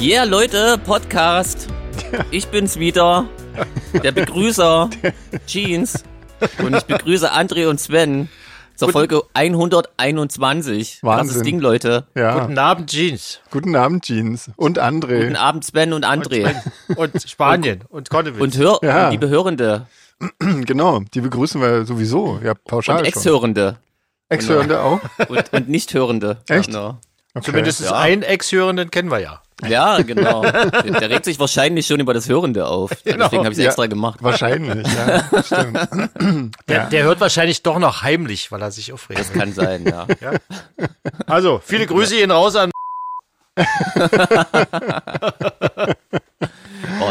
Yeah, Leute, Podcast. Ich bin's wieder, der Begrüßer Jeans. Und ich begrüße André und Sven zur Folge 121. Krasses Wahnsinn. Ding, Leute. Ja. Guten Abend, Jeans. Guten Abend, Jeans. Und André. Guten Abend, Sven und André. Und Spanien und Konnewitz. Und, Hör Ja. und liebe Hörende Genau, die begrüßen wir sowieso. Ja, pauschal und schon. Ex-Hörende Ex-Hörende auch. und, und Nicht-Hörende. Echt? Genau. Okay. Zumindest Ja. einen Ex-Hörenden kennen wir ja. Ja, genau. Der regt sich wahrscheinlich schon über das Hörende auf. Deswegen habe ich es Genau. Ja. extra gemacht. Wahrscheinlich, ja. Stimmt. Der, der hört wahrscheinlich doch noch heimlich, weil er sich aufregt. Das kann sein, ja. Also, viele Grüße gehen raus an. Oh,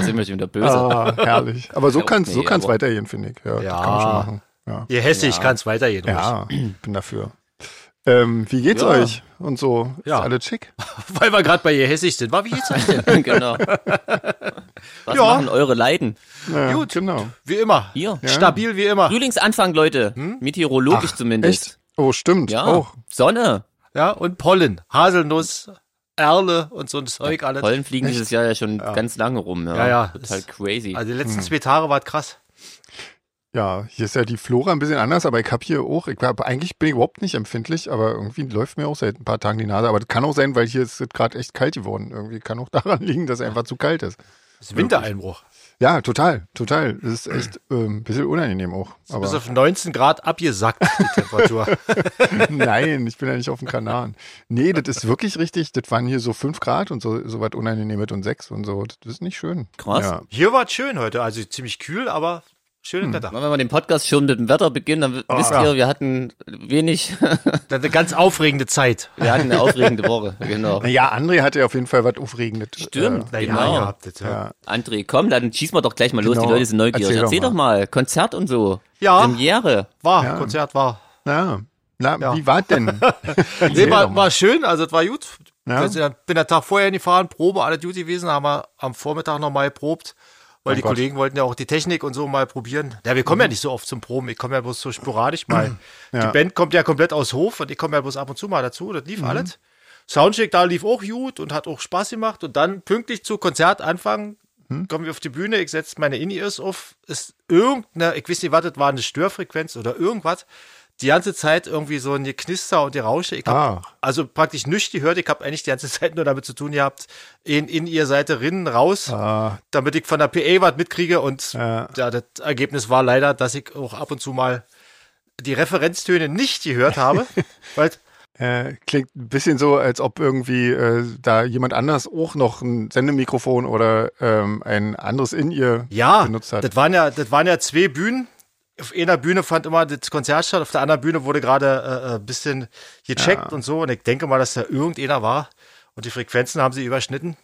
sind wir schon wieder böse. Ah, herrlich. Aber so Ja, kann's, so nee, kann's aber- weitergehen, finde ich. Ja, Das Ja. kann man schon machen. Ja, Ihr hässlich kann's weitergehen. ruhig. ja bin dafür. Ähm, wie geht's Ja. euch? Und so, Ja. ist alles schick? Weil wir gerade bei ihr hässlich sind. War wie jetzt euch denn? genau. Was Ja. machen eure Leiden? Ja, Gut. Genau. Wie immer. Hier. Stabil wie immer. Frühlingsanfang, Leute. Hm? Meteorologisch zumindest. Echt? Oh, stimmt. Ja. Auch. Sonne. Ja, und Pollen. Haselnuss, Erle und so ein Zeug alles. Pollen fliegen dieses Jahr ja schon ganz lange rum. Ja, Ja, ja. Total Ist- crazy. Also, die letzten zwei Tage war krass. Ja, hier ist ja die Flora ein bisschen anders, aber ich hab hier auch, ich hab, eigentlich bin ich überhaupt nicht empfindlich, aber irgendwie läuft mir auch seit ein paar Tagen die Nase. Aber das kann auch sein, weil hier ist es gerade echt kalt geworden. Irgendwie kann auch daran liegen, dass es einfach zu kalt ist. Ist Wintereinbruch. Ja, total, total. Das ist echt ähm, ein bisschen unangenehm auch. Bis Aber auf 19 Grad abgesackt, die Temperatur. nein, ich bin ja nicht auf dem Kanaren. Nee, das ist wirklich richtig. Das waren hier so 5 Grad und so, so was Unangenehmes und 6 und so. Das ist nicht schön. Krass. Ja. Hier war es schön heute. Also, ziemlich kühl, aber schönes Wetter. Wenn wir den Podcast schon mit dem Wetter beginnen, dann Oh, wisst ihr, wir hatten wenig, Eine ganz aufregende Zeit. wir hatten eine aufregende Woche. Genau. Naja, André hatte ja auf jeden Fall was Aufregendes. Stimmt. Na ja, Genau. ihr habt es, ja. André, komm, dann schießen wir doch gleich mal los. Genau. Die Leute sind neugierig. Erzähl, Erzähl doch doch, mal. Konzert und so. Ja. Premiere. War, Ja. Konzert war. Na, Äh, na Ja. wie war denn? Nee, doch war, mal. war schön, also es war gut. Ja. Also, dann bin der Tag vorher hingefahren, Probe, alle Duty gewesen, haben wir am Vormittag nochmal geprobt, weil die Gott. Mhm. Kollegen wollten ja auch die Technik und so mal probieren. Ja, wir kommen ja nicht so oft zum Proben, ich komme ja bloß so sporadisch mal. Die Band kommt ja komplett aus Hof und ich komme ja bloß ab und zu mal dazu, das lief Mhm. alles. Soundcheck da lief auch gut und hat auch Spaß gemacht und dann pünktlich zu Konzertanfang Mhm. kommen wir auf die Bühne, ich setze meine In-Ears auf, ist irgendeine, ich weiß nicht, was das war, eine Störfrequenz oder irgendwas, die ganze Zeit irgendwie so ein Knister und die Rausche. Ich hab Ah. also praktisch nichts gehört. Ich habe eigentlich die ganze Zeit nur damit zu tun gehabt, in, in ihr Seite rinnen, raus, Ah. damit ich von der PA was mitkriege. Und ja. das Ergebnis war leider, dass ich auch ab und zu mal die Referenztöne nicht gehört habe. weil, Äh, klingt ein bisschen so, als ob irgendwie äh, da jemand anders auch noch ein Sendemikrofon oder ähm, ein anderes in ihr ja, benutzt hat. das waren ja, das waren ja zwei Bühnen. Auf einer Bühne fand immer das Konzert statt, auf der anderen Bühne wurde gerade äh, äh, ein bisschen gecheckt und so. Und ich denke mal, dass da irgendeiner war. Und die Frequenzen haben sie überschnitten.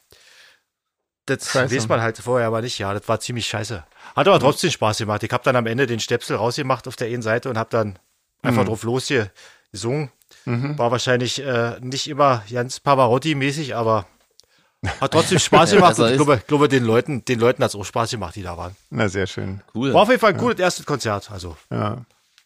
Das Scheiße. Mhm. weiß man halt vorher aber nicht. Ja, das war ziemlich scheiße. Hat aber trotzdem Spaß gemacht. Ich habe dann am Ende den Stepsel rausgemacht auf der einen Seite und habe dann einfach Mhm. drauf los hier gesungen. War wahrscheinlich äh, nicht immer ganz Pavarotti-mäßig, aber hat trotzdem Spaß Ja, gemacht. besser und ich ist- glaube, glaube den Leuten, den Leuten hat es auch Spaß gemacht, die da waren. Na, sehr schön. Cool. War auf jeden Fall ein gutes erstes Konzert. Also Ja.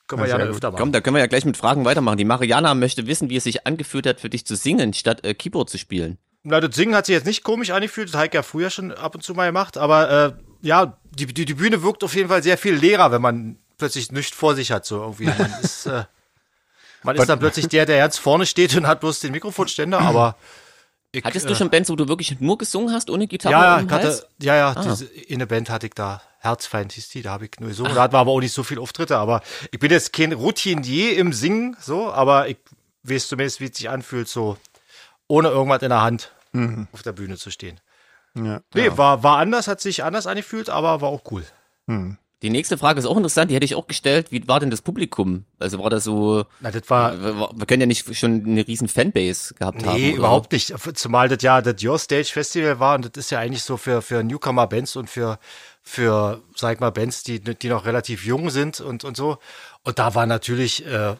können wir Ja, ja sehr öfter machen. Komm, da können wir ja gleich mit Fragen weitermachen. Die Mariana möchte wissen, wie es sich angefühlt hat, für dich zu singen, statt äh, Keyboard zu spielen. Na, das Singen hat sich jetzt nicht komisch angefühlt, das habe ich ja früher schon ab und zu mal gemacht, aber äh, ja, die, die, die Bühne wirkt auf jeden Fall sehr viel leerer, wenn man plötzlich nichts vor sich hat. So irgendwie. Man ist, äh, man ist dann plötzlich der, der ganz vorne steht und hat bloß den Mikrofonständer, aber. Ich, Hattest äh, du schon Bands, wo du wirklich nur gesungen hast, ohne Gitarre? Ja, ja, im ich hatte, Hals? ja, ja, diese, in der Band hatte ich da Herzfeind hieß die, da habe ich nur gesungen. Da hatten wir aber auch nicht so viel Auftritte, aber ich bin jetzt kein Routinier im Singen, so, aber ich weiß zumindest, wie es sich anfühlt, so ohne irgendwas in der Hand auf der Bühne zu stehen. Ja. Nee, war, war anders, hat sich anders angefühlt, aber war auch cool. Die nächste Frage ist auch interessant, die hätte ich auch gestellt. Wie war denn das Publikum? Also war das so, Na, das äh, war. wir wir können ja nicht schon eine riesen Fanbase gehabt haben. Nee, oder? überhaupt nicht. Zumal das ja das Your Stage Festival war und das ist ja eigentlich so für, für Newcomer-Bands und für, für, sag ich mal, Bands, die, die noch relativ jung sind und, und so. Und da war natürlich, äh,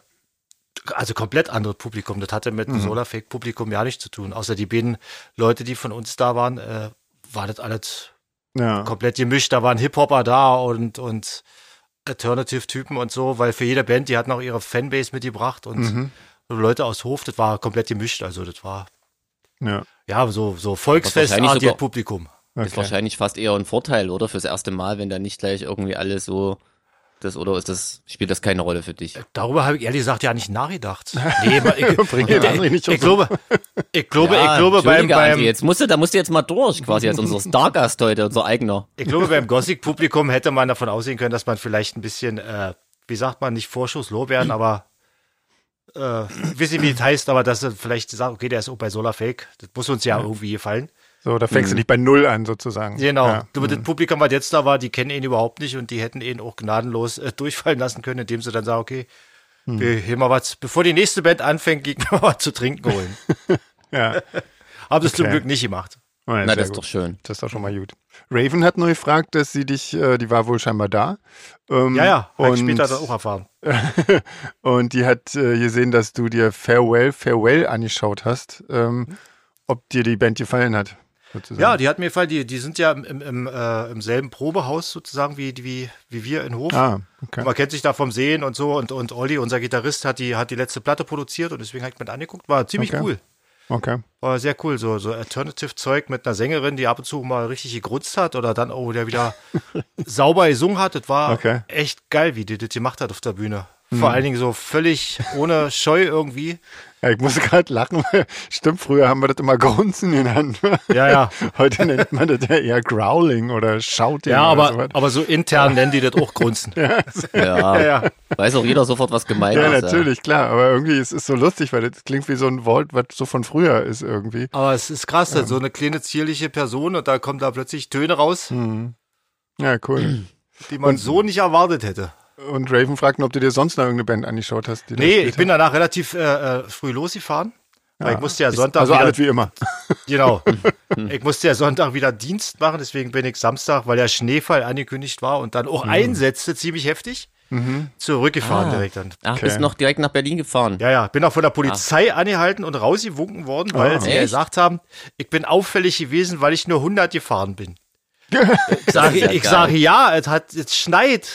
also komplett anderes Publikum. Das hatte mit dem Mhm. Solarfake-Publikum ja nichts zu tun. Außer die beiden Leute, die von uns da waren, äh, war das alles Ja. komplett gemischt. Da waren Hip-Hopper da und, und Alternative-Typen und so, weil für jede Band, die hatten auch Mhm. ihre Fanbase mitgebracht und Leute aus Hof, das war komplett gemischt. Also das war Ja. Ja, so, so volksfestartiges sogar- Publikum. Ist wahrscheinlich fast eher ein Vorteil, oder? Fürs erste Mal, wenn da nicht gleich irgendwie alles so das oder ist das spielt das keine Rolle für dich? Darüber habe ich ehrlich gesagt ja nicht nachgedacht. Nee, aber ich, Bring den André nicht ich, um. glaube, ich glaube, ich glaube beim, Entschuldige, André, beim, jetzt musst du, da musst du jetzt mal durch, quasi als unser Stargast heute, unser eigener. Ich glaube, beim Gothic-Publikum hätte man davon ausgehen können, dass man vielleicht ein bisschen, äh, wie sagt man, nicht Vorschusslorbeeren, aber äh, ich weiß nicht, wie das heißt, aber dass er vielleicht sagt, okay, der ist auch bei Solar Fake. Das muss uns ja, irgendwie gefallen. So, da Mhm. fängst du nicht bei Null an, sozusagen. Genau. Ja. Mhm. Aber Das Publikum, was jetzt da war, die kennen ihn überhaupt nicht und die hätten ihn auch gnadenlos äh, durchfallen lassen können, indem sie dann sagen, okay, Mhm. wir hier mal was, bevor die nächste Band anfängt, gegen mal was zu trinken holen. Ja. Haben sie es zum Okay. Glück nicht gemacht. Oh, ja, Na, sehr das ist gut. doch schön. Das ist doch schon mal gut. Raven hat nur gefragt, dass sie dich, äh, die war wohl scheinbar da. Ähm, Ja, ja, habe und, ich später dann auch erfahren. und die hat äh, gesehen, dass du dir Farewell, Farewell angeschaut hast, Mhm. ähm, ob dir die Band gefallen hat. Sozusagen. Ja, die hat mir gefallen, die, die sind ja im, im, im, äh, im selben Probehaus sozusagen wie, wie, wie wir in Hof. Ah, okay. Man kennt sich da vom Sehen und so und, und Olli, unser Gitarrist, hat die, hat die letzte Platte produziert und deswegen habe ich mit angeguckt. War ziemlich Okay. cool. okay. War sehr cool, so, so Alternative-Zeug mit einer Sängerin, die ab und zu mal richtig gegrunzt hat oder dann auch wieder, wieder sauber gesungen hat. Das war Okay. echt geil, wie die das gemacht hat auf der Bühne. Vor allen Dingen so völlig ohne Scheu irgendwie. Ja, ich muss gerade lachen, weil stimmt, früher haben wir das immer Grunzen genannt. Ja, ja. Heute nennt man das ja eher Growling oder Shouting. Ja, oder aber, sowas. aber so intern nennen die das auch Grunzen. Ja, Ja. ja. Weiß auch jeder sofort, was gemeint Ja, ist. natürlich, klar. Aber irgendwie ist es so lustig, weil das klingt wie so ein Wort, was so von früher ist irgendwie. Aber es ist krass, so eine kleine zierliche Person und da kommen da plötzlich Töne raus, Ja, cool. die man so nicht erwartet hätte. Und Raven fragt, ob du dir sonst noch irgendeine Band angeschaut hast. Die da Nee, gespielt ich bin danach relativ äh, äh, früh losgefahren. Weil ich musste ja hat. Sonntag Also wieder, alles wie immer. genau. ich musste ja Sonntag wieder Dienst machen, deswegen bin ich Samstag, weil der Schneefall angekündigt war und dann Mhm. auch einsetzte, ziemlich heftig, zurückgefahren Ah. direkt dann. Ach, Okay. bist noch direkt nach Berlin gefahren. Ja, ja, bin auch von der Polizei angehalten und rausgewunken worden, weil Ah. sie Ah. Echt? gesagt haben, ich bin auffällig gewesen, weil ich nur 100 gefahren bin. Ich sage, ja ich geil. sage ja, es hat jetzt schneit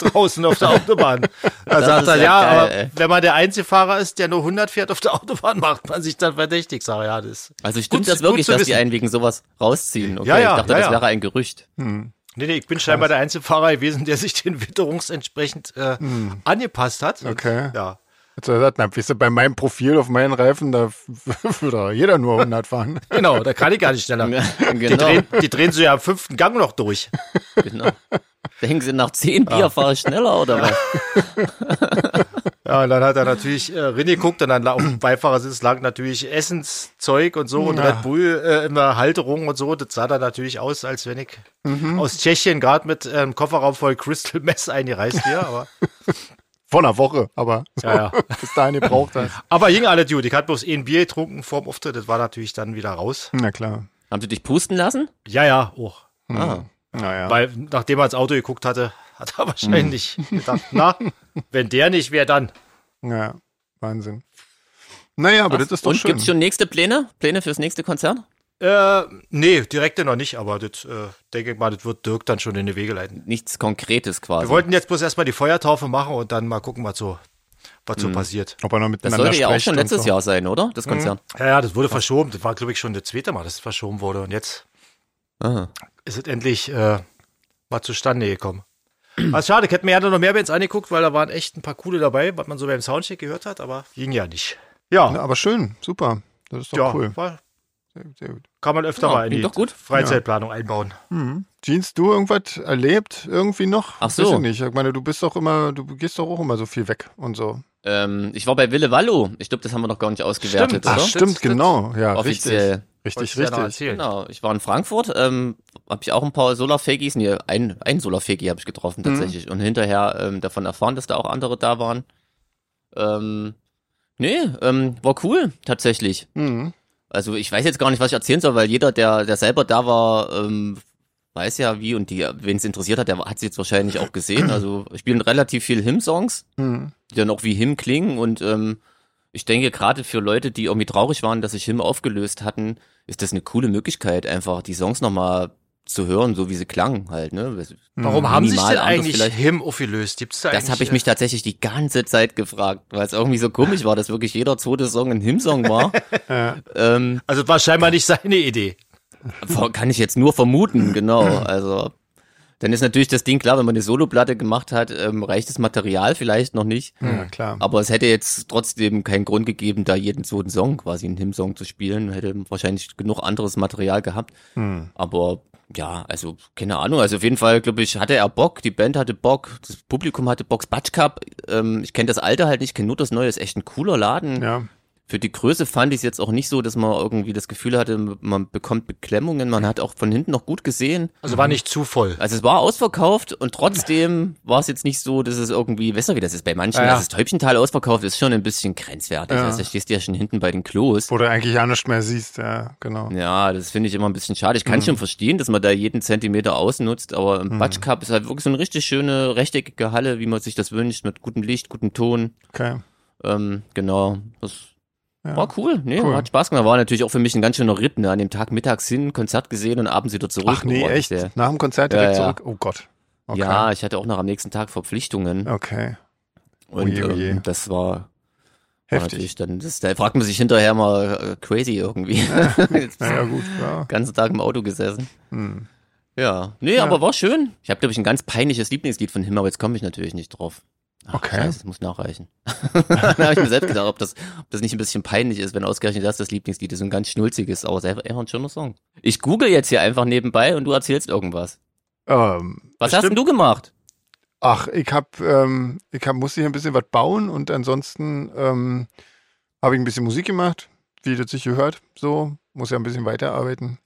draußen auf der Autobahn. Da Das sagt ist er, ja ja, geil, aber ey. wenn man der einzige Fahrer ist, der nur 100 fährt auf der Autobahn, macht man sich dann verdächtig. Sag ja, das. Also stimmt Gut- das gut wirklich, zu dass die wissen. einen wegen sowas rausziehen? Okay, Ja, ja, ich dachte, ja, das ja. wäre ein Gerücht. Nee, nee, ich bin scheinbar der einzige Fahrer gewesen, der sich den Witterungs entsprechend äh, angepasst hat. Und, Okay. Ja. Also, er sagt, na, weißt du, bei meinem Profil auf meinen Reifen, da würde jeder nur 100 fahren. Genau, da kann ich gar nicht schneller. Ja, Die, genau, drehen, die drehen so ja am fünften Gang noch durch. genau. Denken Sie, nach zehn Bier fahre ich schneller oder was? Ja, und dann hat er natürlich äh, reingeguckt und dann la- auf dem Beifahrersitz lag natürlich Essenszeug und so und Red Bull äh, in der Halterung und so. Das sah dann natürlich aus, als wenn ich aus Tschechien gerade mit ähm, Kofferraum voll Crystal Mess eingereist wäre. Aber, Vor einer Woche, aber so, Ja, ja. bis dahin gebraucht hast. aber ging alle gut. Ich hatte bloß eh ein Bier getrunken vorm Auftritt. Das war natürlich dann wieder raus. Na klar. Haben Sie dich pusten lassen? Ja, ja, oh. Ah. Naja. Weil nachdem er ins Auto geguckt hatte, hat er wahrscheinlich gedacht, na, wenn der nicht, wer dann? Ja. Wahnsinn. Naja, aber das ist doch Und schön. gibt's schon nächste Pläne? Pläne fürs nächste Konzert? Äh, nee, direkte noch nicht, aber das äh, denke ich mal, das wird Dirk dann schon in die Wege leiten. Nichts Konkretes Wir quasi. wollten jetzt bloß erstmal die Feuertaufe machen und dann mal gucken, was so, was so passiert. Ob er noch Das miteinander sollte ja auch spricht schon und letztes so. Jahr sein, oder? Mhm. Das Konzert. Ja, ja, das wurde verschoben. Das war, glaube ich, schon das zweite Mal, dass es verschoben wurde. Und jetzt Aha. ist es endlich äh, mal zustande gekommen. Was schade, ich hätte mir ja noch mehr Bands angeguckt, weil da waren echt ein paar coole dabei, was man so beim Soundcheck gehört hat, aber ging ja nicht. Ja, Na, aber schön, super. Das ist doch ja cool. war, Sehr, sehr gut. kann man öfter Ja, mal in die klingt doch gut. Freizeitplanung einbauen. Jeans, du irgendwas erlebt irgendwie noch? Ach so. Weiß ich nicht. Ich meine, du bist doch immer, du gehst doch auch immer so viel weg und so. Ähm, ich war bei Wille Wallo. Ich glaube, das haben wir noch gar nicht ausgewertet, Stimmt. Ach, oder? stimmt, stimmt. genau. Ja, Offiziell. richtig. Wolltest du ja noch Richtig, richtig. erzählen. Genau, ich war in Frankfurt, ähm, habe ich auch ein paar Solarfagies, nee, ein, ein Solarfagi habe ich getroffen tatsächlich und hinterher ähm, davon erfahren, dass da auch andere da waren. Ähm, nee, ähm, war cool tatsächlich. Mhm. Also ich weiß jetzt gar nicht, was ich erzählen soll, weil jeder, der, der selber da war, ähm, weiß ja wie und die, wen es interessiert hat, der hat es jetzt wahrscheinlich auch gesehen. Also spielen relativ viel Hymn-Songs, Mhm. die dann auch wie Hymn klingen und ähm, ich denke gerade für Leute, die irgendwie traurig waren, dass sich Hymn aufgelöst hatten, ist das eine coole Möglichkeit, einfach die Songs nochmal zu hören, so wie sie klangen halt, ne? Mhm. Warum haben sich Minimal denn anders eigentlich vielleicht. Him aufgelöst? Gibt's da Das eigentlich, habe ich äh, mich tatsächlich die ganze Zeit gefragt, weil es irgendwie so komisch war, dass wirklich jeder zweite Song ein Hymnsong war. ähm, Also war scheinbar nicht seine Idee. vor- kann ich jetzt nur vermuten, genau. Also dann ist natürlich das Ding klar, wenn man eine Soloplatte gemacht hat, ähm, reicht das Material vielleicht noch nicht. Ja, klar. Aber es hätte jetzt trotzdem keinen Grund gegeben, da jeden zweiten Song quasi einen Hymnsong zu spielen. Hätte wahrscheinlich genug anderes Material gehabt. Aber ja, also keine Ahnung. Also auf jeden Fall, glaube ich, hatte er Bock, die Band hatte Bock, das Publikum hatte Bock. Spatch Cup, ähm, ich kenne das alte halt nicht, kenne nur das neue, ist echt ein cooler Laden. Ja. Für die Größe fand ich es jetzt auch nicht so, dass man irgendwie das Gefühl hatte, man bekommt Beklemmungen. Man hat auch von hinten noch gut gesehen. Also war nicht zu voll. Also es war ausverkauft und trotzdem war es jetzt nicht so, dass es irgendwie, weißt du, wie das ist bei manchen, Ja, ja. dass das Täubchental ausverkauft ist, schon ein bisschen grenzwertig. Ja. Also da stehst du ja schon hinten bei den Klos. Wo du eigentlich ja nichts mehr siehst, ja, genau. Ja, das finde ich immer ein bisschen schade. Ich kann Mhm. schon verstehen, dass man da jeden Zentimeter ausnutzt, aber im Batsch Cup ist halt wirklich so eine richtig schöne rechteckige Halle, wie man sich das wünscht, mit gutem Licht, gutem Ton. Okay. Ähm, genau. Das Ja. war cool. Nee, Cool. hat Spaß gemacht. War natürlich auch für mich ein ganz schöner Ritt, ne? An dem Tag mittags hin, Konzert gesehen und abends wieder zurück. Ach nee, Oh, echt? sehr- Nach dem Konzert direkt Ja, ja. zurück? Oh Gott. Okay. Ja, ich hatte auch noch am nächsten Tag Verpflichtungen. Okay. Und Oje, oje. ähm, das war war oh Heftig. natürlich dann, das, da fragt man sich hinterher mal äh, crazy irgendwie. Jetzt Naja, gut, ja. den ganzen Tag im Auto gesessen. Hm. Ja, nee, aber war schön. Ich habe, glaube ich, ein ganz peinliches Lieblingslied von Him, aber jetzt komme ich natürlich nicht drauf. Ach, Okay. Scheiße, das muss nachreichen. da habe ich mir selbst gedacht, ob das, ob das nicht ein bisschen peinlich ist, wenn ausgerechnet das das Lieblingslied ist. So ein ganz schnulziges, aber selber eher ein schöner Song. Ich google jetzt hier einfach nebenbei und du erzählst irgendwas. Ähm, Was hast denn du gemacht? ach, ich hab, ähm, ich hab, musste hier ein bisschen was bauen und ansonsten ähm, habe ich ein bisschen Musik gemacht, wie das sich gehört. So, muss ja ein bisschen weiterarbeiten.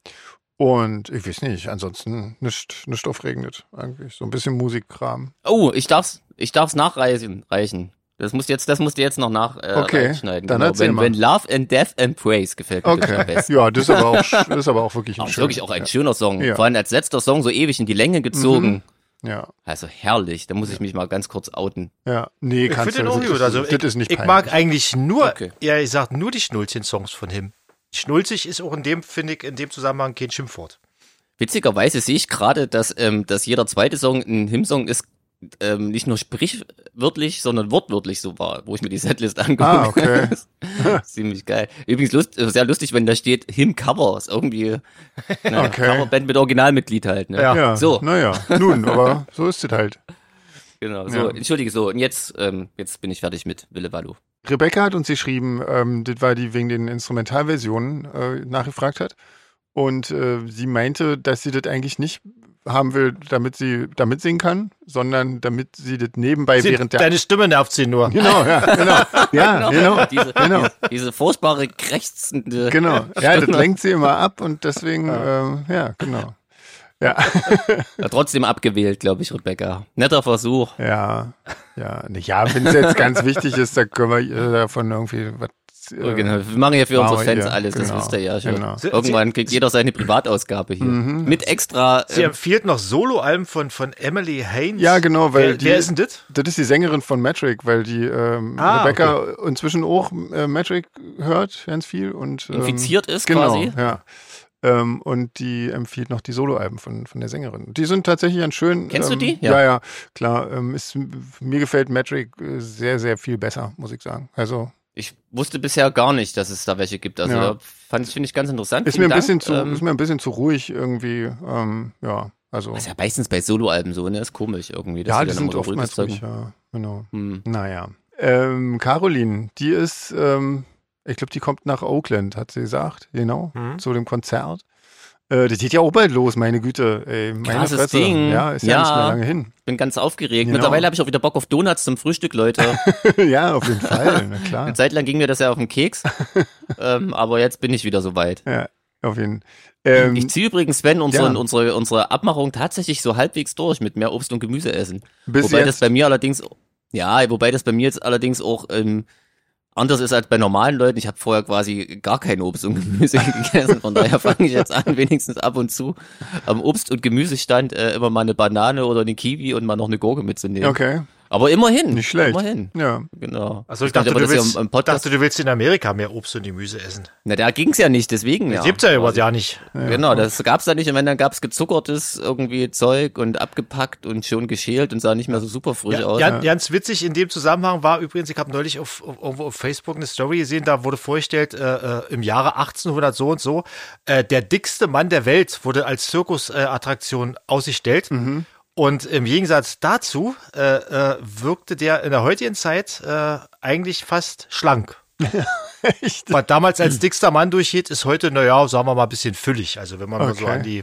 Und ich weiß nicht, ansonsten nicht, nicht aufregend eigentlich. So ein bisschen Musikkram. Oh, ich darf's, ich darf's nachreichen. Reichen. Das musst jetzt, das musst du jetzt noch nach äh, Okay, reinschneiden. dann erzähl wenn, mal. wenn Love and Death and Praise gefällt mir das am Okay. besten. Ja, das ist aber auch, sch- das ist aber auch wirklich ein Auch schöner- wirklich auch ein schöner Song. Ja. Mhm. Vor allem als letzter Song so ewig in die Länge gezogen. Ja, Also herrlich. Da muss ich mich mal ganz kurz outen. ja. Nee, Ich kannst finde du den das, auch gut. ist- Also das ich, ist nicht ich peinlich. mag eigentlich nur, Okay. ja, ich sag nur die Schnulzchen-Songs von Him. Schnulzig ist auch in dem, finde ich, in dem Zusammenhang kein Schimpfwort. Witzigerweise sehe ich gerade, dass, ähm, dass jeder zweite Song ein Hymnsong ist, ähm, nicht nur sprichwörtlich, sondern wortwörtlich so war, wo ich mir die Setlist angeguckt Ah, okay. habe. Ziemlich geil. Übrigens lust, äh, sehr lustig, wenn da steht Him Cover. Ist irgendwie eine Okay. Coverband mit Originalmitglied halt. Ne? Ja. Ja, So. Naja, nun, aber so ist es halt. Genau. So, Ja. entschuldige, so. Und jetzt, ähm, jetzt bin ich fertig mit Wille Wallo. Rebecca hat uns geschrieben, ähm, das war die wegen den Instrumentalversionen äh, nachgefragt hat. Und äh, sie meinte, dass sie das eigentlich nicht haben will, damit sie damit singen kann, sondern damit sie das nebenbei Sie, während der. deine Stimme nervt sie nur. genau, ja, genau. Ja, genau. Diese, Genau. diese, diese furchtbare, krächzende. Genau. Ja, das lenkt sie immer ab und deswegen, ähm, ja, genau. Ja. Ja, Trotzdem abgewählt, glaube ich, Rebecca. Netter Versuch. Ja, ja, ne, ja, wenn es jetzt ganz wichtig ist, da können wir äh, davon irgendwie was. Äh, Genau, wir machen ja für unsere machen wir Fans hier. alles, das Genau, wisst ihr ja schon. genau. Mhm. Sie- Irgendwann kriegt jeder seine Privatausgabe hier. Mit extra. Sie ähm, empfiehlt noch Soloalben von, von Emily Haynes. Ja, genau, weil wer, die- wer ist denn das? Das ist die Sängerin von Metric, weil die ähm, Ah, Rebecca inzwischen auch äh, Metric hört, ganz viel und ähm, Infiziert ist genau, quasi? Ja. Ähm, und die empfiehlt noch die Soloalben von, von der Sängerin. Die sind tatsächlich ganz schön. Kennst du ähm, die? Ja, Ja. ja, klar. Ähm, ist, mir gefällt Metric äh, sehr, sehr viel besser, muss ich sagen. Also ich wusste bisher gar nicht, dass es da welche gibt. Also Ja. da fand ich, finde ich ganz interessant. ist mir Vielen ein bisschen Dank. zu, Ähm, ist mir ein bisschen zu ruhig irgendwie. Ähm, ja, also. ist ja meistens bei Soloalben so, ne? Ist komisch irgendwie. dass Ja, sie die dann sind immer ruhiges oftmals Zeug- ruhig, ja, genau. Hm. Naja. Ähm, Caroline, die ist, ähm, ich glaube, die kommt nach Oakland, hat sie gesagt, genau, Mhm. zu dem Konzert. Äh, das geht ja auch bald los, meine Güte. Ey, meine Krasses Fresse. Ding. Ja, ist ja, Ja. nicht mehr lange hin. Bin ganz aufgeregt. Genau. Mittlerweile habe ich auch wieder Bock auf Donuts zum Frühstück, Leute. ja, auf jeden Fall, na klar. Eine Zeit lang ging mir das ja auf den Keks. ähm, aber jetzt bin ich wieder soweit. Ja, auf jeden Fall. Ähm, ich ziehe übrigens, Sven, unseren, ja. unsere, unsere Abmachung tatsächlich so halbwegs durch mit mehr Obst und Gemüse essen. bis wobei das jetzt, bei mir allerdings, ja, wobei das bei mir jetzt allerdings auch ähm, anders ist als bei normalen Leuten. Ich habe vorher quasi gar kein Obst und Gemüse gegessen. Von daher fange ich jetzt an, wenigstens ab und zu am Obst- und Gemüsestand äh, immer mal eine Banane oder eine Kiwi und mal noch eine Gurke mitzunehmen. okay. Aber immerhin. Nicht schlecht. Immerhin. Ja. Genau. Also ich Das dachte, kommt du aber das willst, hier im- im Podcast. dachte, du willst in Amerika mehr Obst und Gemüse essen. Na, da ging's ja nicht, deswegen ja. Also Das gibt's ja überhaupt ja nicht. Genau, das gab's da nicht. Und wenn, dann gab's gezuckertes irgendwie Zeug und abgepackt und schon geschält und sah nicht mehr so super frisch Ja, aus. Jan, ganz witzig in dem Zusammenhang war übrigens, ich habe neulich auf, auf, irgendwo auf Facebook eine Story gesehen, da wurde vorgestellt, äh, äh, im Jahre 1800 so und so, äh, der dickste Mann der Welt wurde als Zirkusattraktion äh, Attraktion ausgestellt. Mhm. Und im Gegensatz dazu äh, äh, wirkte der in der heutigen Zeit äh, eigentlich fast schlank. Echt? Was damals als dickster Mann durchgeht, ist heute, naja, sagen wir mal, ein bisschen füllig. Also wenn man mal so Okay. an die,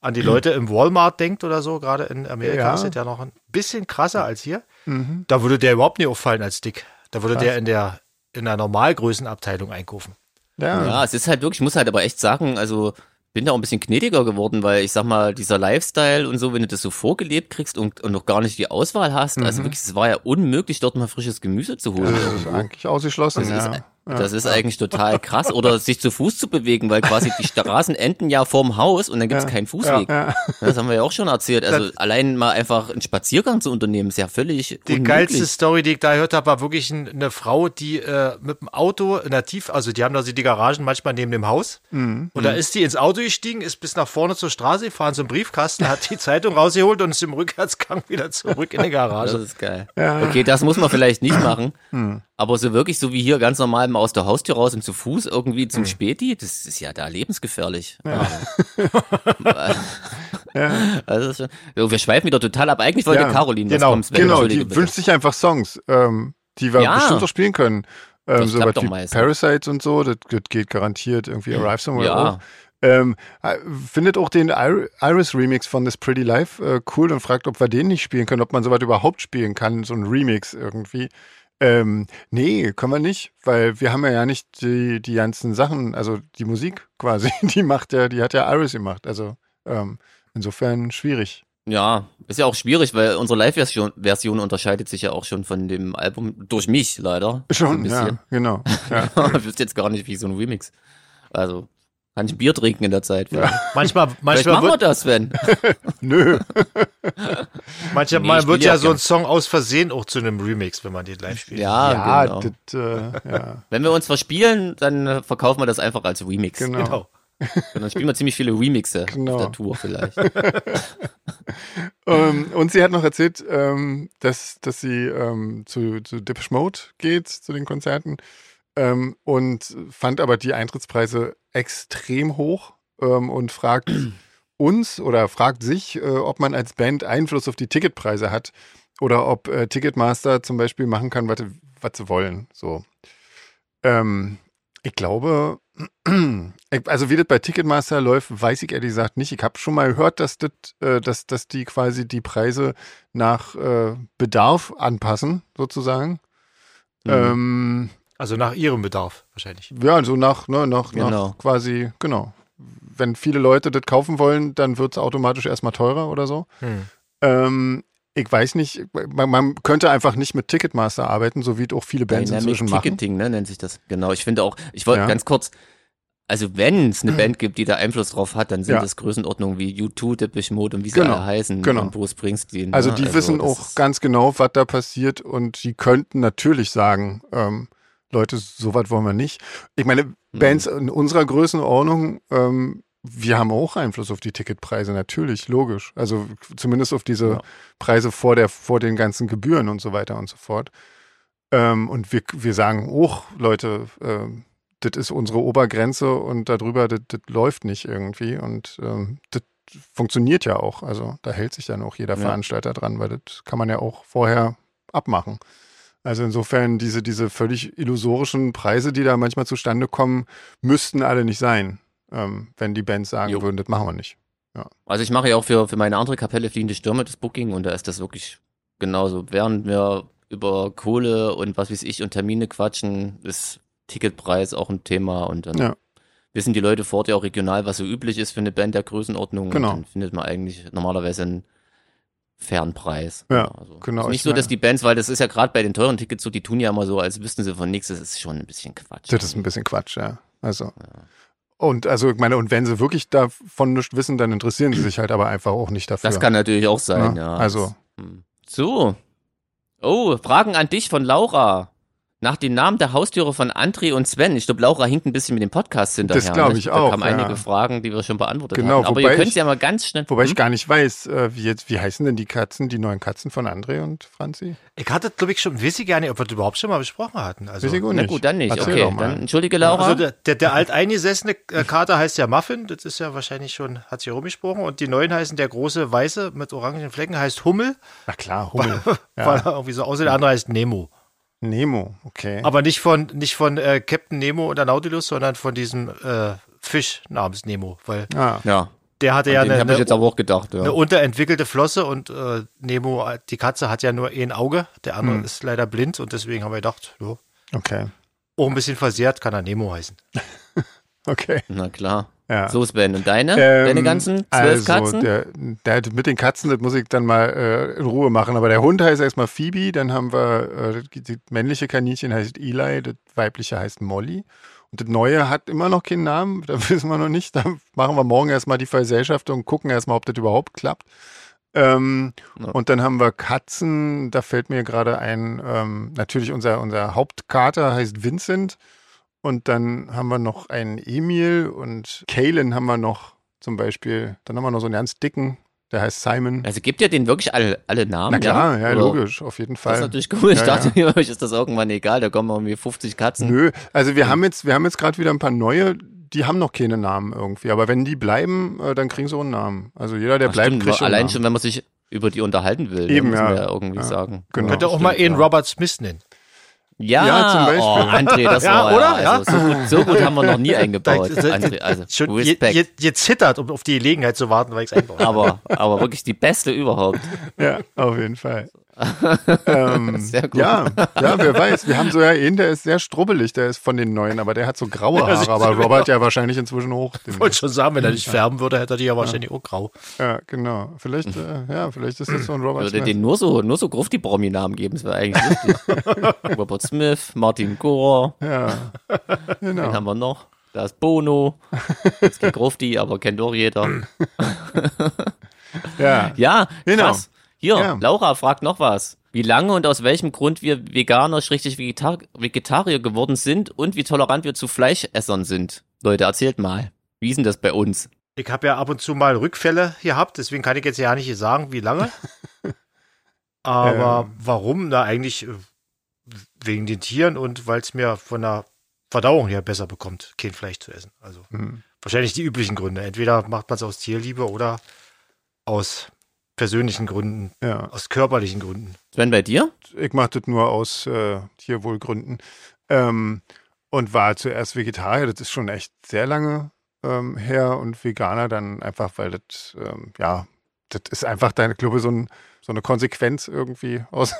an die Leute im Walmart denkt oder so, gerade in Amerika Ja. ist das ja noch ein bisschen krasser als hier. Mhm. Da würde der überhaupt nicht auffallen als dick. Da würde der in der in der Normalgrößenabteilung einkaufen. Ja. Ja, es ist halt wirklich, ich muss halt aber echt sagen, also bin da auch ein bisschen gnädiger geworden, weil ich sag mal, dieser Lifestyle und so, wenn du das so vorgelebt kriegst und, und noch gar nicht die Auswahl hast, also wirklich, es war ja unmöglich, dort mal frisches Gemüse zu holen. Das ist eigentlich ausgeschlossen, Das ja. ist, das ist eigentlich total krass. Oder sich zu Fuß zu bewegen, weil quasi die Straßen enden ja vorm Haus und dann gibt's keinen Fußweg. Das haben wir ja auch schon erzählt. Also allein mal einfach einen Spaziergang zu unternehmen, ist ja völlig Die unmöglich. geilste Story, die ich da gehört habe, war wirklich ein, eine Frau, die äh, mit dem Auto in der Tief, also die haben da so die Garagen manchmal neben dem Haus. Mhm. Und da ist die ins Auto gestiegen, ist bis nach vorne zur Straße gefahren zum Briefkasten, hat die Zeitung rausgeholt und ist im Rückwärtsgang wieder zurück in die Das Also Garage. ist geil. Okay, das muss man vielleicht nicht machen. Hm. Aber so wirklich so wie hier ganz normal mal aus der Haustür raus und zu Fuß irgendwie Hm. zum Späti, das ist ja da lebensgefährlich. Also, das ist schon- so, wir schweifen wieder total ab. Eigentlich wollte Ja, Caroline was genau, kommen. Sven, Genau, entschuldige die bitte. wünscht sich einfach Songs, ähm, die wir Ja. bestimmt auch spielen können. Ähm, Das so klappt was doch wie meistens. Hm. Parasites und so, das geht- geht garantiert irgendwie Arrive Somewhere Ja. auch. Ähm, äh, findet auch den Ir- Iris Remix von This Pretty Life äh, cool und fragt, ob wir den nicht spielen können, ob man sowas überhaupt spielen kann, so ein Remix irgendwie. Ähm, nee, können wir nicht, weil wir haben ja ja nicht die, die ganzen Sachen, also die Musik quasi, die macht ja, die hat ja Iris gemacht. Also ähm, insofern schwierig. Ja, ist ja auch schwierig, weil unsere Live-Version Version unterscheidet sich ja auch schon von dem Album durch mich leider. Schon, So ja, ein genau. Ja. ich wüsste jetzt gar nicht, wie so ein Remix. Also, kann ich ein Bier trinken in der Zeit. vielleicht. Manchmal, Vielleicht manchmal machen wir wird, das, Sven. Nö. manchmal Nee, ich wird spiel ja ja so ein gern. Song aus Versehen auch zu einem Remix, wenn man den live spielt. Ja, Ja, genau. das, äh, ja, Wenn wir uns verspielen, dann äh, verkaufen wir das einfach als Remix. genau. Genau. Und dann spielen wir ziemlich viele Remixe Genau. auf der Tour vielleicht. Ähm, und sie hat noch erzählt, ähm, dass, dass sie ähm, zu, zu Depeche Mode geht, zu den Konzerten. Ähm, und fand aber die Eintrittspreise extrem hoch ähm, und fragt uns oder fragt sich, äh, ob man als Band Einfluss auf die Ticketpreise hat oder ob äh, Ticketmaster zum Beispiel machen kann, was was sie wollen. So. Ähm, ich glaube, Ich- Also wie das bei Ticketmaster läuft, weiß ich ehrlich gesagt nicht. Ich habe schon mal gehört, dass, das, äh, dass, dass die quasi die Preise nach äh, Bedarf anpassen, sozusagen. Mhm. Ähm, Also nach ihrem Bedarf wahrscheinlich. ja, so nach, ne, nach, Genau. nach quasi, genau. Wenn viele Leute das kaufen wollen, dann wird es automatisch erstmal teurer oder so. Hm. Ähm, ich weiß nicht, man, man könnte einfach nicht mit Ticketmaster arbeiten, so wie es auch viele Bands Dynamic inzwischen machen. Ticketing, ne, nennt sich das. Genau, ich finde auch, ich wollte Ja. ganz kurz, also wenn es eine Band gibt, die da Einfluss drauf hat, dann sind Ja. das Größenordnungen wie U2, Depeche Mode und wie sie Genau, alle heißen genau. und Bruce Springsteen. Also ne? die wissen das auch ist- ganz genau, was da passiert und die könnten natürlich sagen, ähm, Leute, so weit wollen wir nicht. Ich meine, Hm. mhm. Bands in unserer Größenordnung, ähm, wir haben auch Einfluss auf die Ticketpreise, natürlich, logisch. Also zumindest auf diese Preise vor, der, vor den ganzen Gebühren und so weiter und so fort. Ähm, und wir, wir sagen auch, Leute, ähm, das ist unsere Obergrenze und darüber, das das läuft nicht irgendwie. Und ähm, das funktioniert ja auch. Also da hält sich dann auch jeder Ja. Veranstalter dran, weil das kann man ja auch vorher abmachen. Also insofern, diese, diese völlig illusorischen Preise, die da manchmal zustande kommen, müssten alle nicht sein, ähm, wenn die Bands sagen Jo. würden, das machen wir nicht. Also ich mache ja auch für, für meine andere Kapelle Fliegende Stürme das Booking und da ist das wirklich genauso. Während wir über Kohle und was weiß ich und Termine quatschen, ist Ticketpreis auch ein Thema und dann Ja. wissen die Leute vor Ort ja auch regional, was so üblich ist für eine Band der Größenordnung. Genau. Und dann findet man eigentlich normalerweise einen fairen Preis. Ja, also genau, Ist ich nicht so, dass meine- die Bands, weil das ist ja gerade bei den teuren Tickets so, die tun ja immer so, als wüssten sie von nichts, das ist schon ein bisschen Quatsch. Das ist ein bisschen Quatsch, ja. Also. Und also, ich meine, und wenn sie wirklich davon nichts wissen, dann interessieren sie sich halt aber einfach auch nicht dafür. Das kann natürlich auch sein, Ne? ja. Also. Hm. So. Oh, Fragen an dich von Laura. Nach den Namen der Haustiere von André und Sven. Ich glaube, Laura hinkt ein bisschen mit dem Podcast hinterher. Das glaube ne? ich da auch, Da kamen ja. einige Fragen, die wir schon beantwortet Genau, hatten. Aber wobei ihr könnt ich- ja mal ganz schnell. Wobei ich Hm? gar nicht weiß, äh, wie, jetzt, wie heißen denn die Katzen, die neuen Katzen von André und Franzi? Ich hatte, glaube ich, schon, weiß ich gar nicht, ob wir das überhaupt schon mal besprochen hatten. Also, Weiß ich auch Na nicht. gut, dann nicht. Erzähl doch okay, mal. dann entschuldige Laura. Also der, der, der alteingesessene äh, Kater heißt ja Muffin, das ist ja wahrscheinlich schon, hat sich rumgesprochen. Und die neuen heißen der große Weiße mit orangen Flecken heißt Hummel, Na klar, Hummel. weil ja. er irgendwie so aussieht. Der andere heißt Nemo. Nemo, okay. Aber nicht von, nicht von äh, Captain Nemo und der Nautilus, sondern von diesem äh, Fisch namens Nemo, weil ah, ja, der hatte ja den eine, habe ich jetzt eine, aber auch gedacht. Ja. eine unterentwickelte Flosse und äh, Nemo, äh, die Katze, hat ja nur ein Auge. Der Hm. andere ist leider blind und deswegen haben wir gedacht, ja, okay. auch ein bisschen versehrt kann er Nemo heißen. Okay. Na klar. Ja. So, Sven. Und deine? Ähm, deine ganzen zwölf also, Katzen? Der, der, mit den Katzen, das muss ich dann mal äh, in Ruhe machen. Aber der Hund heißt erstmal Phoebe, dann haben wir, äh, das- das männliche Kaninchen heißt Eli, das weibliche heißt Molly. Und das neue hat immer noch keinen Namen, da wissen wir noch nicht. Da machen wir morgen erstmal die Vergesellschaftung und gucken erstmal, ob das überhaupt klappt. Ähm, Ja. Und dann haben wir Katzen, da fällt mir gerade ein, ähm, natürlich unser, unser Hauptkater heißt Vincent. Und dann haben wir noch einen Emil und Kalen haben wir noch zum Beispiel. Dann haben wir noch so einen ganz dicken, der heißt Simon. Also gibt ihr denen wirklich alle, alle Namen? Na klar, ja, Oder- logisch, auf jeden Das ist Fall. natürlich cool. Ich Ja, dachte mir, euch ist das irgendwann egal. Da kommen irgendwie 50 Katzen. Nö, also wir haben jetzt, wir haben jetzt gerade wieder ein paar neue, die haben noch keine Namen irgendwie. Aber wenn die bleiben, äh, dann kriegen sie auch einen Namen. Also jeder, der Ach, bleibt, stimmt, kriegt allein einen Namen. schon, wenn man sich über die unterhalten will, Eben, Eben, muss man ja. ja irgendwie Ja, sagen. genau. Könnte auch stimmt, mal einen ja. Robert Smith nennen. Ja, Ja, zum Oh, André, das Ja, war oder? ja, also, so, gut, so gut haben wir noch nie eingebaut. André, also Schon je, Respekt. je, je zittert, um auf die Gelegenheit zu warten, weil ich es einbaue. aber, aber wirklich die beste überhaupt. Ja, auf jeden Fall. ähm, Sehr gut. Ja, ja, wer weiß. Wir haben so ja einen, der ist sehr strubbelig, der ist von den Neuen, aber der hat so graue Ja, siehst Haare. Aber du, Robert ja wahrscheinlich inzwischen hoch. Ich wollte schon sagen, wenn er nicht färben würde, hätte er die ja wahrscheinlich auch grau. Ja, genau. Vielleicht, äh, ja, vielleicht ist das so ein Robert Würde Smith. den nur so, nur so grob die Promi-Namen geben, das wäre eigentlich lustig. Robert Smith, Martin Gore, Ja, wen genau. haben wir noch? Da ist Bono, das ist kein Grofti, aber kennt doch jeder. Ja. Ja, Genau. krass. Hier, Ja. Laura fragt noch was. Wie lange und aus welchem Grund wir Veganer, schrägstrich Vegetar Vegetarier geworden sind und wie tolerant wir zu Fleischessern sind. Leute, erzählt mal. Wie ist denn das bei uns? Ich habe ja ab und zu mal Rückfälle gehabt, deswegen kann ich jetzt ja nicht sagen, wie lange. Aber warum? Na, eigentlich äh, wegen den Tieren und weil es mir von der Verdauung her besser bekommt, kein Fleisch zu essen. Also Hm. wahrscheinlich die üblichen Gründe. Entweder macht man es aus Tierliebe oder aus persönlichen Gründen, ja. aus körperlichen Gründen. Sven, bei dir? Ich mache das nur aus äh, Tierwohlgründen. Ähm, und war zuerst Vegetarier, das ist schon echt sehr lange ähm, her und Veganer dann einfach, weil das, ähm, ja, das ist einfach, dann, ich glaube, so, ein, so eine Konsequenz irgendwie aus,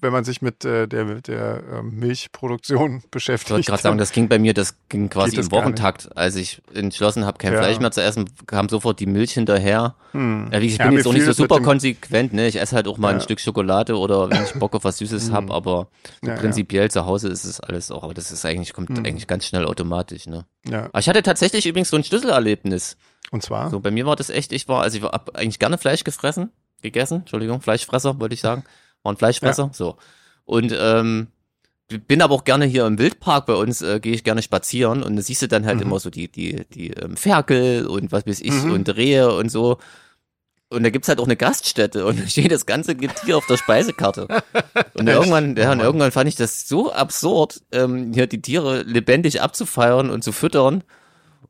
wenn man sich mit äh, der, mit der ähm, Milchproduktion Ich wollte beschäftigt. gerade sagen, das ging bei mir, das ging quasi Geht das im gar Wochentakt. Als ich entschlossen habe, kein Ja. Fleisch mehr zu essen, kam sofort die Milch hinterher. Hm. Ja, wie gesagt, ich Ja, bin mir jetzt auch nicht fiel so das mit super dem- konsequent, ne? Ich esse halt auch mal Ja. Mm. ein Stück Schokolade oder wenn ich Bock auf was Süßes hab, habe, aber so Ja, Mm. ja. prinzipiell zu Hause ist es alles auch, aber das ist eigentlich, kommt eigentlich ganz schnell automatisch, ne? Ja, Aber ich hatte tatsächlich übrigens so ein Schlüsselerlebnis. und zwar? So, bei mir war das echt, ich war, also ich habe eigentlich gerne Fleisch gefressen, gegessen, Entschuldigung, Fleischfresser wollte ich sagen, war ein Fleischfresser, so. Und ähm, bin aber auch gerne hier im Wildpark bei uns, äh, gehe ich gerne spazieren und da siehst du dann halt immer so die, die, die ähm, Ferkel und was weiß ich Mhm. und Rehe und so. Und da gibt's halt auch eine Gaststätte und da steht das ganze Getier auf der Speisekarte. Und Echt? irgendwann, ja, und Oh Mann. irgendwann fand ich das so absurd, ähm, hier die Tiere lebendig abzufeiern und zu füttern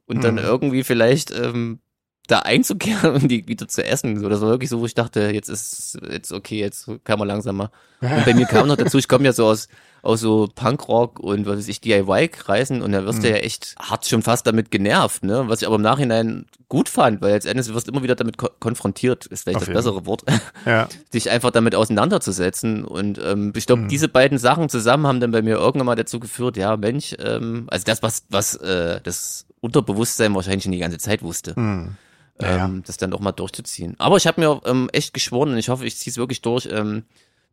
und dann Mhm. irgendwie vielleicht ähm, da einzukehren und die wieder zu essen. So, das war wirklich so, wo ich dachte, jetzt ist jetzt okay, jetzt kann man langsam mal. Und bei mir kam noch dazu, ich komme ja so aus aus so Punkrock und was weiß ich, DIY-Kreisen und da wirst Mhm. du ja echt hart schon fast damit genervt, ne? Was ich aber im Nachhinein gut fand, weil letztendlich Endes wirst du immer wieder damit ko konfrontiert, ist vielleicht Auf das jeden bessere Wort, Ja, sich einfach damit auseinanderzusetzen. Und ähm, ich Mhm. glaube, diese beiden Sachen zusammen haben dann bei mir irgendwann mal dazu geführt, ja, Mensch, ähm, also das, was, was äh, das Unterbewusstsein wahrscheinlich schon die ganze Zeit wusste, hm. ja. ähm, das dann auch mal durchzuziehen. Aber ich habe mir ähm, echt geschworen und ich hoffe, ich ziehe es wirklich durch, ähm,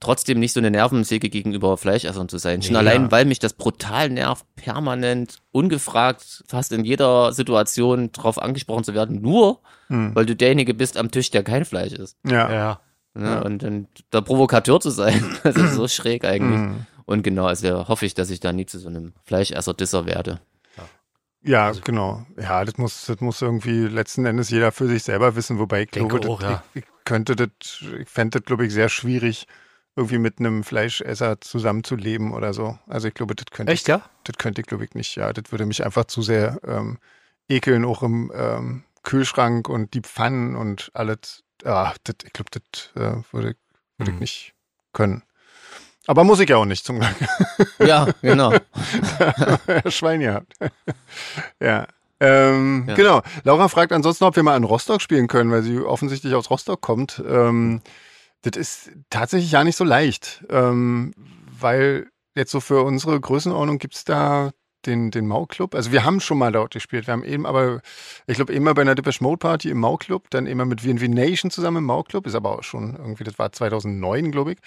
trotzdem nicht so eine Nervensäge gegenüber Fleischessern zu sein. Schon Ja. allein, weil mich das brutal nervt, permanent, ungefragt, fast in jeder Situation drauf angesprochen zu werden, nur Hm. weil du derjenige bist am Tisch, der kein Fleisch isst. ja. Ja. Ne? Und dann da Provokateur zu sein, das ist so schräg eigentlich. Hm. Mhm. Und genau, also hoffe ich, dass ich da nie zu so einem Fleischesser-Disser werde. Ja, Also genau. Ja, das muss, das muss irgendwie letzten Endes jeder für sich selber wissen, wobei ich Denke glaube, auch, das, ja. ich, ich könnte das, ich fände das, glaube ich, sehr schwierig, irgendwie mit einem Fleischesser zusammenzuleben oder so. Also ich glaube, das könnte Echt, ja? das könnte ich, glaube ich, nicht. Ja, das würde mich einfach zu sehr ähm, ekeln, auch im ähm, Kühlschrank und die Pfannen und alles. Ah, das, ich glaube, das äh, würde, würde ich Mhm. nicht können. Aber muss ich ja auch nicht, zum Glück. Ja, genau. Schwein gehabt. ja. Ähm, Ja. Genau. Laura fragt ansonsten, ob wir mal in Rostock spielen können, weil sie offensichtlich aus Rostock kommt. Ähm, das ist tatsächlich ja nicht so leicht, ähm, weil jetzt so für unsere Größenordnung gibt's da den, den Mau-Club. Also wir haben schon mal dort gespielt. Wir haben eben aber, ich glaube, immer bei einer Depeche Mode Party im Mau-Club, dann immer mit VNV Nation zusammen im Mau-Club, ist aber auch schon irgendwie, das war 2009, glaube ich.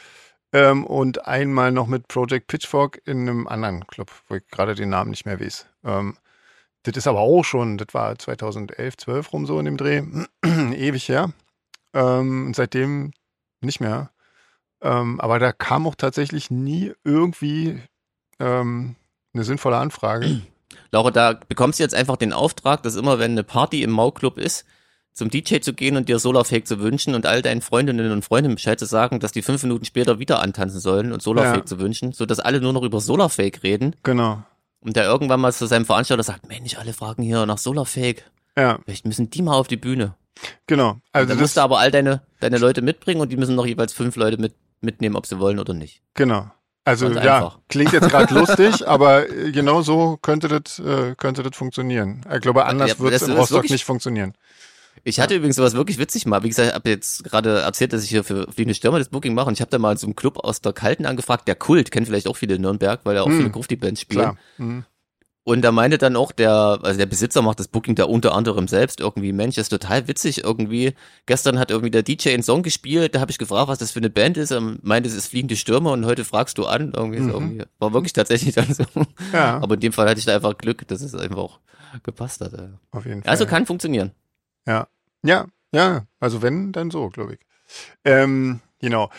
Ähm, und einmal noch mit Project Pitchfork in einem anderen Club, wo ich gerade den Namen nicht mehr weiß. Ähm, das ist aber auch schon, das war 2011, 12 rum so in dem Dreh, ewig her. Ähm, und seitdem nicht mehr. Ähm, aber da kam auch tatsächlich nie irgendwie ähm, eine sinnvolle Anfrage. Laura, da bekommst du jetzt einfach den Auftrag, dass immer, wenn eine Party im Mau-Club ist, zum DJ zu gehen und dir Solarfake zu wünschen und all deinen Freundinnen und Freunden Bescheid zu sagen, dass die fünf Minuten später wieder antanzen sollen und Solarfake Ja. zu wünschen, sodass alle nur noch über Solarfake reden Genau. und der irgendwann mal zu seinem Veranstalter sagt, Mensch, alle fragen hier nach Solarfake. Ja, Vielleicht müssen die mal auf die Bühne. genau. Also Also dann musst das, du aber all deine, deine Leute mitbringen und die müssen noch jeweils fünf Leute mit, mitnehmen, ob sie wollen oder nicht. genau. Also Ganz ja, einfach. klingt jetzt gerade lustig, aber äh, genau so könnte das äh, könnte das funktionieren. Ich glaube, anders Ja, wird es das in ist Rostock wirklich- nicht funktionieren. Ich hatte übrigens sowas wirklich witzig mal. Wie gesagt, ich habe jetzt gerade erzählt, dass ich hier für Fliegende Stürmer das Booking mache. Und ich habe da mal in so einem Club aus der Kalten angefragt. Der Kult kennt vielleicht auch viele in Nürnberg, weil da auch Hm. viele Grufti-Bands spielen. Klar. Mhm. Und da meinte dann auch der, also der Besitzer macht das Booking da unter anderem selbst irgendwie. Mensch, das ist total witzig irgendwie. Gestern hat irgendwie der DJ einen Song gespielt. Da habe ich gefragt, was das für eine Band ist. Er meinte, es ist Fliegende Stürmer. Und heute fragst du an. Irgendwie, Mhm. so irgendwie. War wirklich tatsächlich dann so. Ja, Aber in dem Fall hatte ich da einfach Glück, dass es einfach auch gepasst hat. ja. auf jeden Fall. Also kann funktionieren. Ja, ja. Also wenn, dann so, glaube ich. Ähm, genau.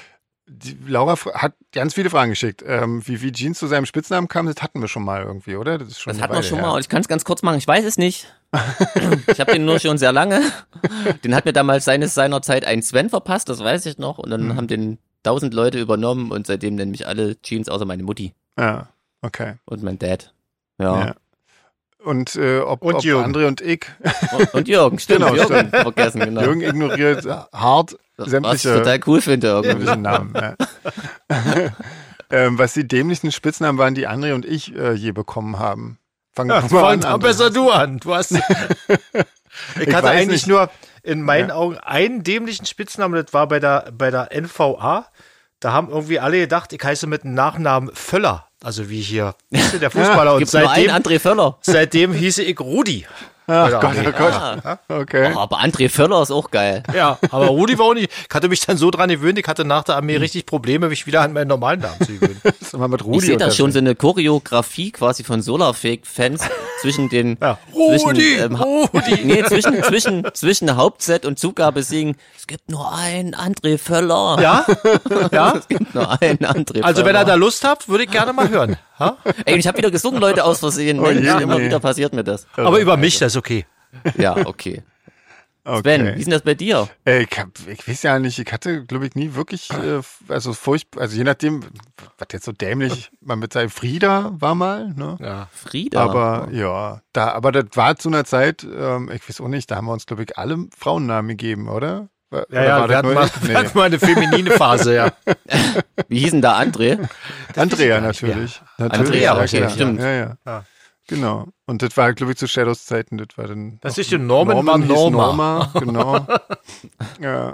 Die Laura f- hat ganz viele Fragen geschickt. Ähm, wie, wie Jeans zu seinem Spitznamen kam, das hatten wir schon mal irgendwie, oder? Das, ist schon Das eine hatten wir Weile schon her. mal und ich kann es ganz kurz machen. Ich weiß es nicht. ich habe den nur schon sehr lange. Den hat mir damals seines seiner Zeit ein Sven verpasst, das weiß ich noch. Und dann Mhm. haben den tausend Leute übernommen und seitdem nennen mich alle Jeans, außer meine Mutti Ja, okay. und mein Dad. Ja. Ja. Und äh, ob, Und ob Jürgen. André und ich, Und- Und Jürgen, stimmt, Genau, Jürgen vergessen, genau. Jürgen ignoriert hart was ich sämtliche total cool finde irgendwie. dämlichen Namen. Ja. ähm, was die dämlichsten Spitznamen waren, die André und ich äh, je bekommen haben. Fangen Ja, wir mal an. fang André. besser du an. Du hast. ich weiß hatte eigentlich nicht. nur in meinen Ja. Augen einen dämlichen Spitznamen, das war bei der, bei der NVA. Da haben irgendwie alle gedacht, ich heiße mit dem Nachnamen Völler. Also wie hier weißt du, der Fußballer. und Gibt nur einen seitdem, André Völler. seitdem hieße ich Rudi. Ach Oder Gott, André. oh Gott. Okay. Oh, aber André Völler ist auch geil. Ja, aber Rudi war auch nicht. Ich hatte mich dann so dran gewöhnt, ich hatte nach der Armee richtig Probleme, mich wieder an meinen normalen Namen zu gewöhnen. Jetzt sind wir mit Ich Rudi sehe da schon so unterwegs. eine Choreografie quasi von Solarfake-Fans zwischen den Ja. zwischen, Rudi, ähm, Ha- Rudi. nee, zwischen, zwischen, zwischen Hauptset und Zugabe singen, es gibt nur einen André Völler. Ja? Ja? Es gibt nur einen André Also wenn Völler. er da Lust habt, würde ich gerne mal hören. Ha? Ey, und ich habe wieder gesungen, Leute, aus Versehen. Oh Mensch, je, immer nee. wieder passiert mir das. Aber über mich, das ist okay. Ja, okay. Okay. Ben, wie ist denn das bei dir? Ey, Ich, hab, ich weiß ja nicht, ich hatte, glaube ich, nie wirklich, äh, f- also furchtbar, also je nachdem, was jetzt so dämlich, man mit seinem Frieda war mal, ne? Ja. Frieda. Aber ja, da, aber das war zu einer Zeit, ähm, ich weiß auch nicht, da haben wir uns, glaube ich, alle Frauennamen gegeben, oder? Wa- Ja, oder ja, war wir das hatten, nur mal, ich? wir hatten mal eine feminine Phase, ja. Wie hieß denn da André? Andrea natürlich. natürlich. Andrea, ja, okay, klar. stimmt. Ja, ja. Ja. Genau. Und das war, glaube ich, zu Shadows Zeiten, das war dann. Das auch- ist die Norman Norman war hieß Norma. Norma, genau. ja.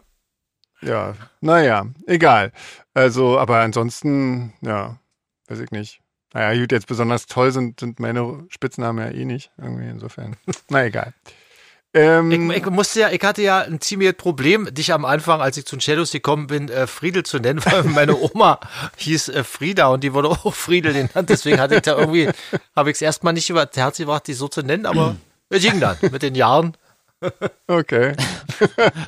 Ja. Naja, egal. Also, aber ansonsten, ja, weiß ich nicht. Naja, gut, jetzt besonders toll sind, sind meine Spitznamen ja eh nicht. Irgendwie insofern. Na egal. Ähm, Ich, ich musste ja, ich hatte ja ein ziemliches Problem, dich am Anfang, als ich zu den Shadows gekommen bin, äh, Friedel zu nennen, weil meine Oma hieß äh, Frieda und die wurde auch Friedel genannt. Deswegen hatte ich da irgendwie, habe ich es erstmal nicht über das Herz gebracht, die so zu nennen, aber es ging dann mit den Jahren. Okay.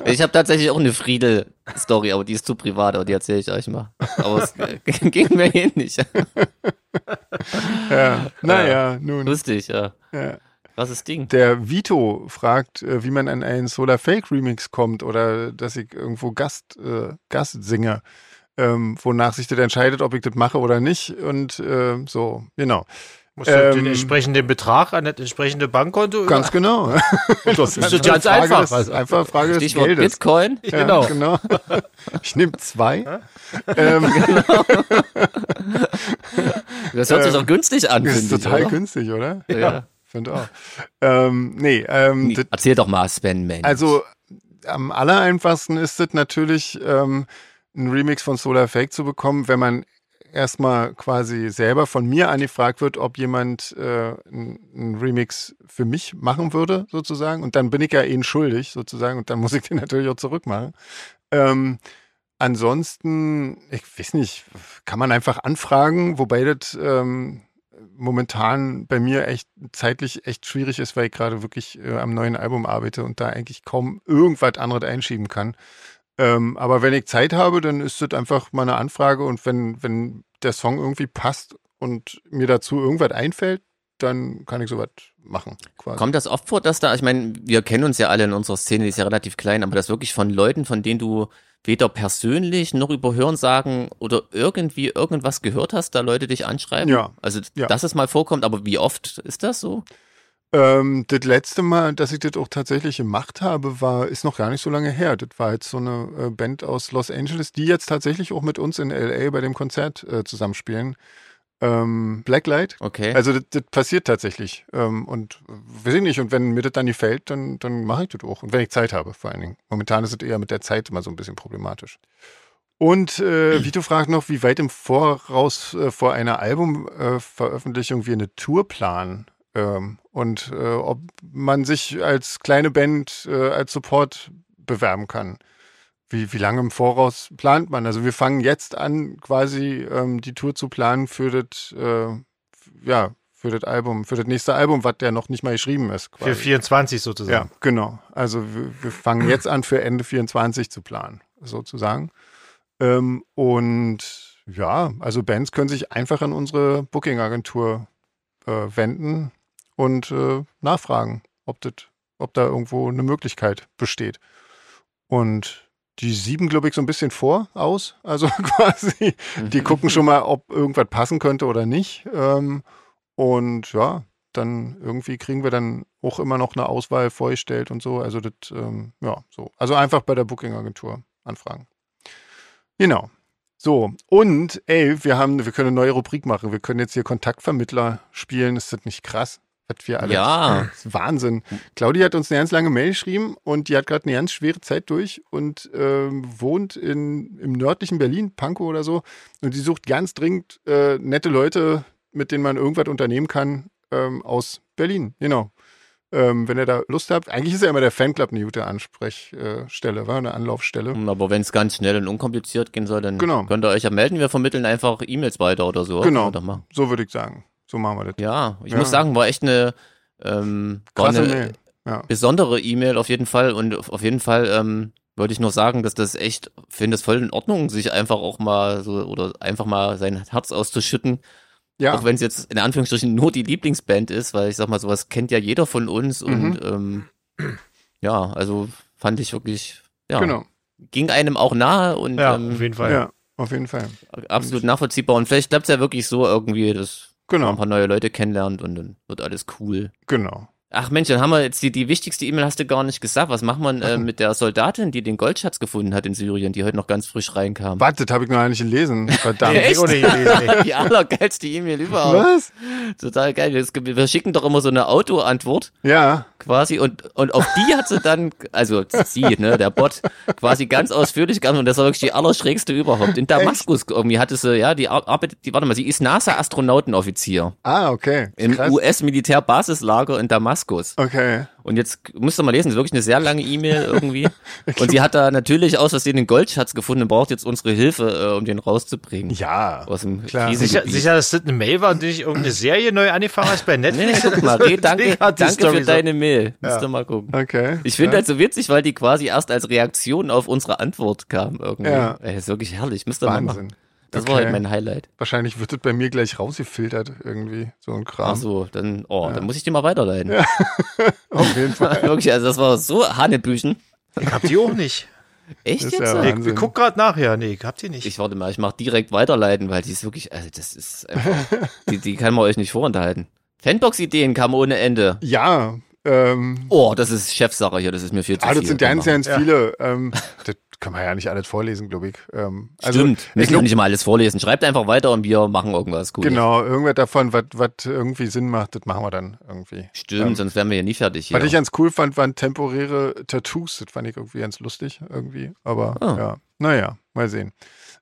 Ich habe tatsächlich auch eine Friedel-Story, aber die ist zu privat, aber die erzähle ich euch mal. Aber es äh, ging mir ähnlich. Ja. Äh, Naja, nun. Lustig, ja. Ja. Krasses Ding. Der Vito fragt, äh, wie man an einen Solar Fake Remix kommt oder dass ich irgendwo Gast, äh, Gast singe, ähm, wonach sich das entscheidet, ob ich das mache oder nicht. Und äh, so, genau. Musst du Ähm. den entsprechenden Betrag an das entsprechende Bankkonto Ganz genau. das ist so Einfach ganz Frage einfach. Des, Also, einfach Frage des Stichwort Geldes. Bitcoin. Ja, Genau. genau. Ich nehme zwei. ähm, Das hört sich doch günstig an. das ist finde ich, total oder? günstig, oder? Ja. Finde auch. Ähm, nee, ähm, Nee, das- Erzähl doch mal, Sven, Mensch. Also am aller einfachsten ist es natürlich, ähm, einen Remix von Solar Fake zu bekommen, wenn man erstmal quasi selber von mir angefragt wird, ob jemand äh, einen Remix für mich machen würde, sozusagen. Und dann bin ich ja eh schuldig, sozusagen. Und dann muss ich den natürlich auch zurückmachen. Ähm, ansonsten, ich weiß nicht, kann man einfach anfragen, wobei das ähm, momentan bei mir echt zeitlich echt schwierig ist, weil ich gerade wirklich äh, am neuen Album arbeite und da eigentlich kaum irgendwas anderes einschieben kann. Ähm, aber wenn ich Zeit habe, dann ist das einfach mal eine Anfrage und wenn, wenn der Song irgendwie passt und mir dazu irgendwas einfällt, dann kann ich sowas machen. Quasi. Kommt das oft vor, dass da, ich meine, wir kennen uns ja alle in unserer Szene, die ist ja relativ klein, aber das wirklich von Leuten, von denen du weder persönlich noch über Hören sagen oder irgendwie irgendwas gehört hast, da Leute dich anschreiben? Ja. Also, Ja. dass es mal vorkommt, aber wie oft ist das so? Ähm, das letzte Mal, dass ich das auch tatsächlich gemacht habe, war, ist noch gar nicht so lange her. Das war jetzt so eine äh, Band aus Los Angeles, die jetzt tatsächlich auch mit uns in LA bei dem Konzert äh, zusammenspielen. Ähm, Blacklight. Okay. Also das, das passiert tatsächlich. Ähm, und äh, weiß ich nicht. Und wenn mir das dann gefällt, dann, dann mache ich das auch. Und wenn ich Zeit habe, vor allen Dingen. Momentan ist es eher mit der Zeit immer so ein bisschen problematisch. Und äh, Vito fragt noch, wie weit im Voraus äh, vor einer Albumveröffentlichung wir eine Tour planen. Ähm, und äh, ob man sich als kleine Band äh, als Support bewerben kann. Wie, wie lange im Voraus plant man? Also wir fangen jetzt an, quasi ähm, die Tour zu planen für das, äh, f- ja, für das Album, für das nächste Album, was ja noch nicht mal geschrieben ist. Quasi. für 24 Ja, sozusagen. genau. Also wir, wir fangen jetzt an, für Ende 24 zu planen, sozusagen. Ähm, und ja, also Bands können sich einfach an unsere Booking-Agentur äh, wenden und äh, nachfragen, ob, das, ob da irgendwo eine Möglichkeit besteht. Und die sieben, glaube ich, so ein bisschen vor, aus. Also quasi, die Mhm. gucken schon mal, ob irgendwas passen könnte oder nicht. Ähm, und ja, dann irgendwie kriegen wir dann auch immer noch eine Auswahl vorgestellt und so. Also das, ähm, ja, so. Also einfach bei der Booking-Agentur anfragen. Genau. So, und ey, wir haben, wir können eine neue Rubrik machen. Wir können jetzt hier Kontaktvermittler spielen. Ist das nicht krass? Was wir alle. Ja. Das ist Wahnsinn. Claudia hat uns eine ganz lange Mail geschrieben und die hat gerade eine ganz schwere Zeit durch und ähm, wohnt in, im nördlichen Berlin, Pankow oder so. Und sie sucht ganz dringend äh, nette Leute, mit denen man irgendwas unternehmen kann ähm, aus Berlin. Genau. Ähm, wenn ihr da Lust habt, eigentlich ist ja immer der Fanclub eine gute Ansprechstelle, war eine Anlaufstelle. Hm, Aber wenn es ganz schnell und unkompliziert gehen soll, dann Genau. könnt ihr euch ja melden. Wir vermitteln einfach E-Mails weiter oder so. Genau. Oder mal. So würde ich sagen. So machen wir das. Ja, ich Ja. muss sagen, war echt eine, ähm, war Krasse eine Mail. Ja. besondere E-Mail auf jeden Fall und auf auf jeden Fall ähm, wollte ich nur sagen, dass das echt, finde es voll in Ordnung, sich einfach auch mal so oder einfach mal sein Herz auszuschütten, ja. auch wenn es jetzt in Anführungsstrichen nur die Lieblingsband ist, weil ich sag mal, sowas kennt ja jeder von uns und Mhm. ähm, ja, also fand ich wirklich, ja, Genau. ging einem auch nahe und Ja, auf ähm, jeden Fall. Ja, auf jeden Fall. absolut nachvollziehbar und vielleicht klappt es ja wirklich so irgendwie, dass man ein Genau. paar neue Leute kennenlernt und dann wird alles cool. Genau. Ach Mensch, dann haben wir jetzt die, die wichtigste E-Mail hast du gar nicht gesagt. Was machen wir äh, mit der Soldatin, die den Goldschatz gefunden hat in Syrien, die heute noch ganz frisch reinkam? Wartet, habe ich noch gar nicht gelesen. Verdammt. Nee, Echt? ohne gelesen, ey. Die allergeilste E-Mail überhaupt. Was? Total geil. Wir, wir schicken doch immer so eine Auto-Antwort Ja. quasi und, und auf die hat sie dann, also sie, ne, der Bot, quasi ganz ausführlich geantwortet und das war wirklich die allerschrägste überhaupt. In Damaskus irgendwie hatte sie, ja, die ar- arbeitet, die, warte mal, sie ist NASA-Astronautenoffizier Ah, okay. im Krass. US-Militärbasislager in Damaskus. Okay. Und jetzt müsst ihr mal lesen, das ist wirklich eine sehr lange E-Mail irgendwie. Und sie hat da natürlich aus Versehen den Goldschatz gefunden und braucht jetzt unsere Hilfe, äh, um den rauszubringen. Ja. Aus dem Klar. Krisengebiet. Sicher, sicher, dass das eine Mail war und du nicht irgendeine Serie neu angefangen hast bei Nee, nee, Netflix. guck mal, Reh, danke, Deswegen hat die danke Story für so- deine Mail. Müsst ihr mal gucken. Okay. Ich finde ja. halt so witzig, weil die quasi erst als Reaktion auf unsere Antwort kam irgendwie. Ja. Ey, ist wirklich herrlich. Müsst ihr mal machen. Wahnsinn. Das war halt Okay. mein Highlight. Wahrscheinlich wird das bei mir gleich rausgefiltert irgendwie, so ein Ach Kram. so, dann, oh, dann muss ich dir mal weiterleiten. Auf jeden Fall. Wirklich, also das war so Hanebüchen. Ich hab die auch nicht. Echt Ist jetzt? ja so? Wahnsinn. Ich, ich guck gerade nach, ja. Nee, habt ihr nicht. Ich warte mal, ich mache direkt weiterleiten, weil die ist wirklich, also das ist einfach, die, die kann man euch nicht vorenthalten. Fanbox-Ideen kamen ohne Ende. Ja, ähm, Oh, das ist Chefsache hier, das ist mir viel zu ah, viel. das sind ganz, ganz Ja. viele. Ähm, das können wir ja nicht alles vorlesen, glaube ich. Ähm, also, Stimmt, ich müssen glaub, wir nicht mal alles vorlesen. Schreibt einfach weiter und wir machen irgendwas cool. Genau, irgendwas davon, was was irgendwie Sinn macht, das machen wir dann irgendwie. Stimmt, sonst wären wir hier nie fertig. Hier. Was ich ganz cool fand, waren temporäre Tattoos. Das fand ich irgendwie ganz lustig irgendwie. Aber Ah. ja, naja, mal sehen.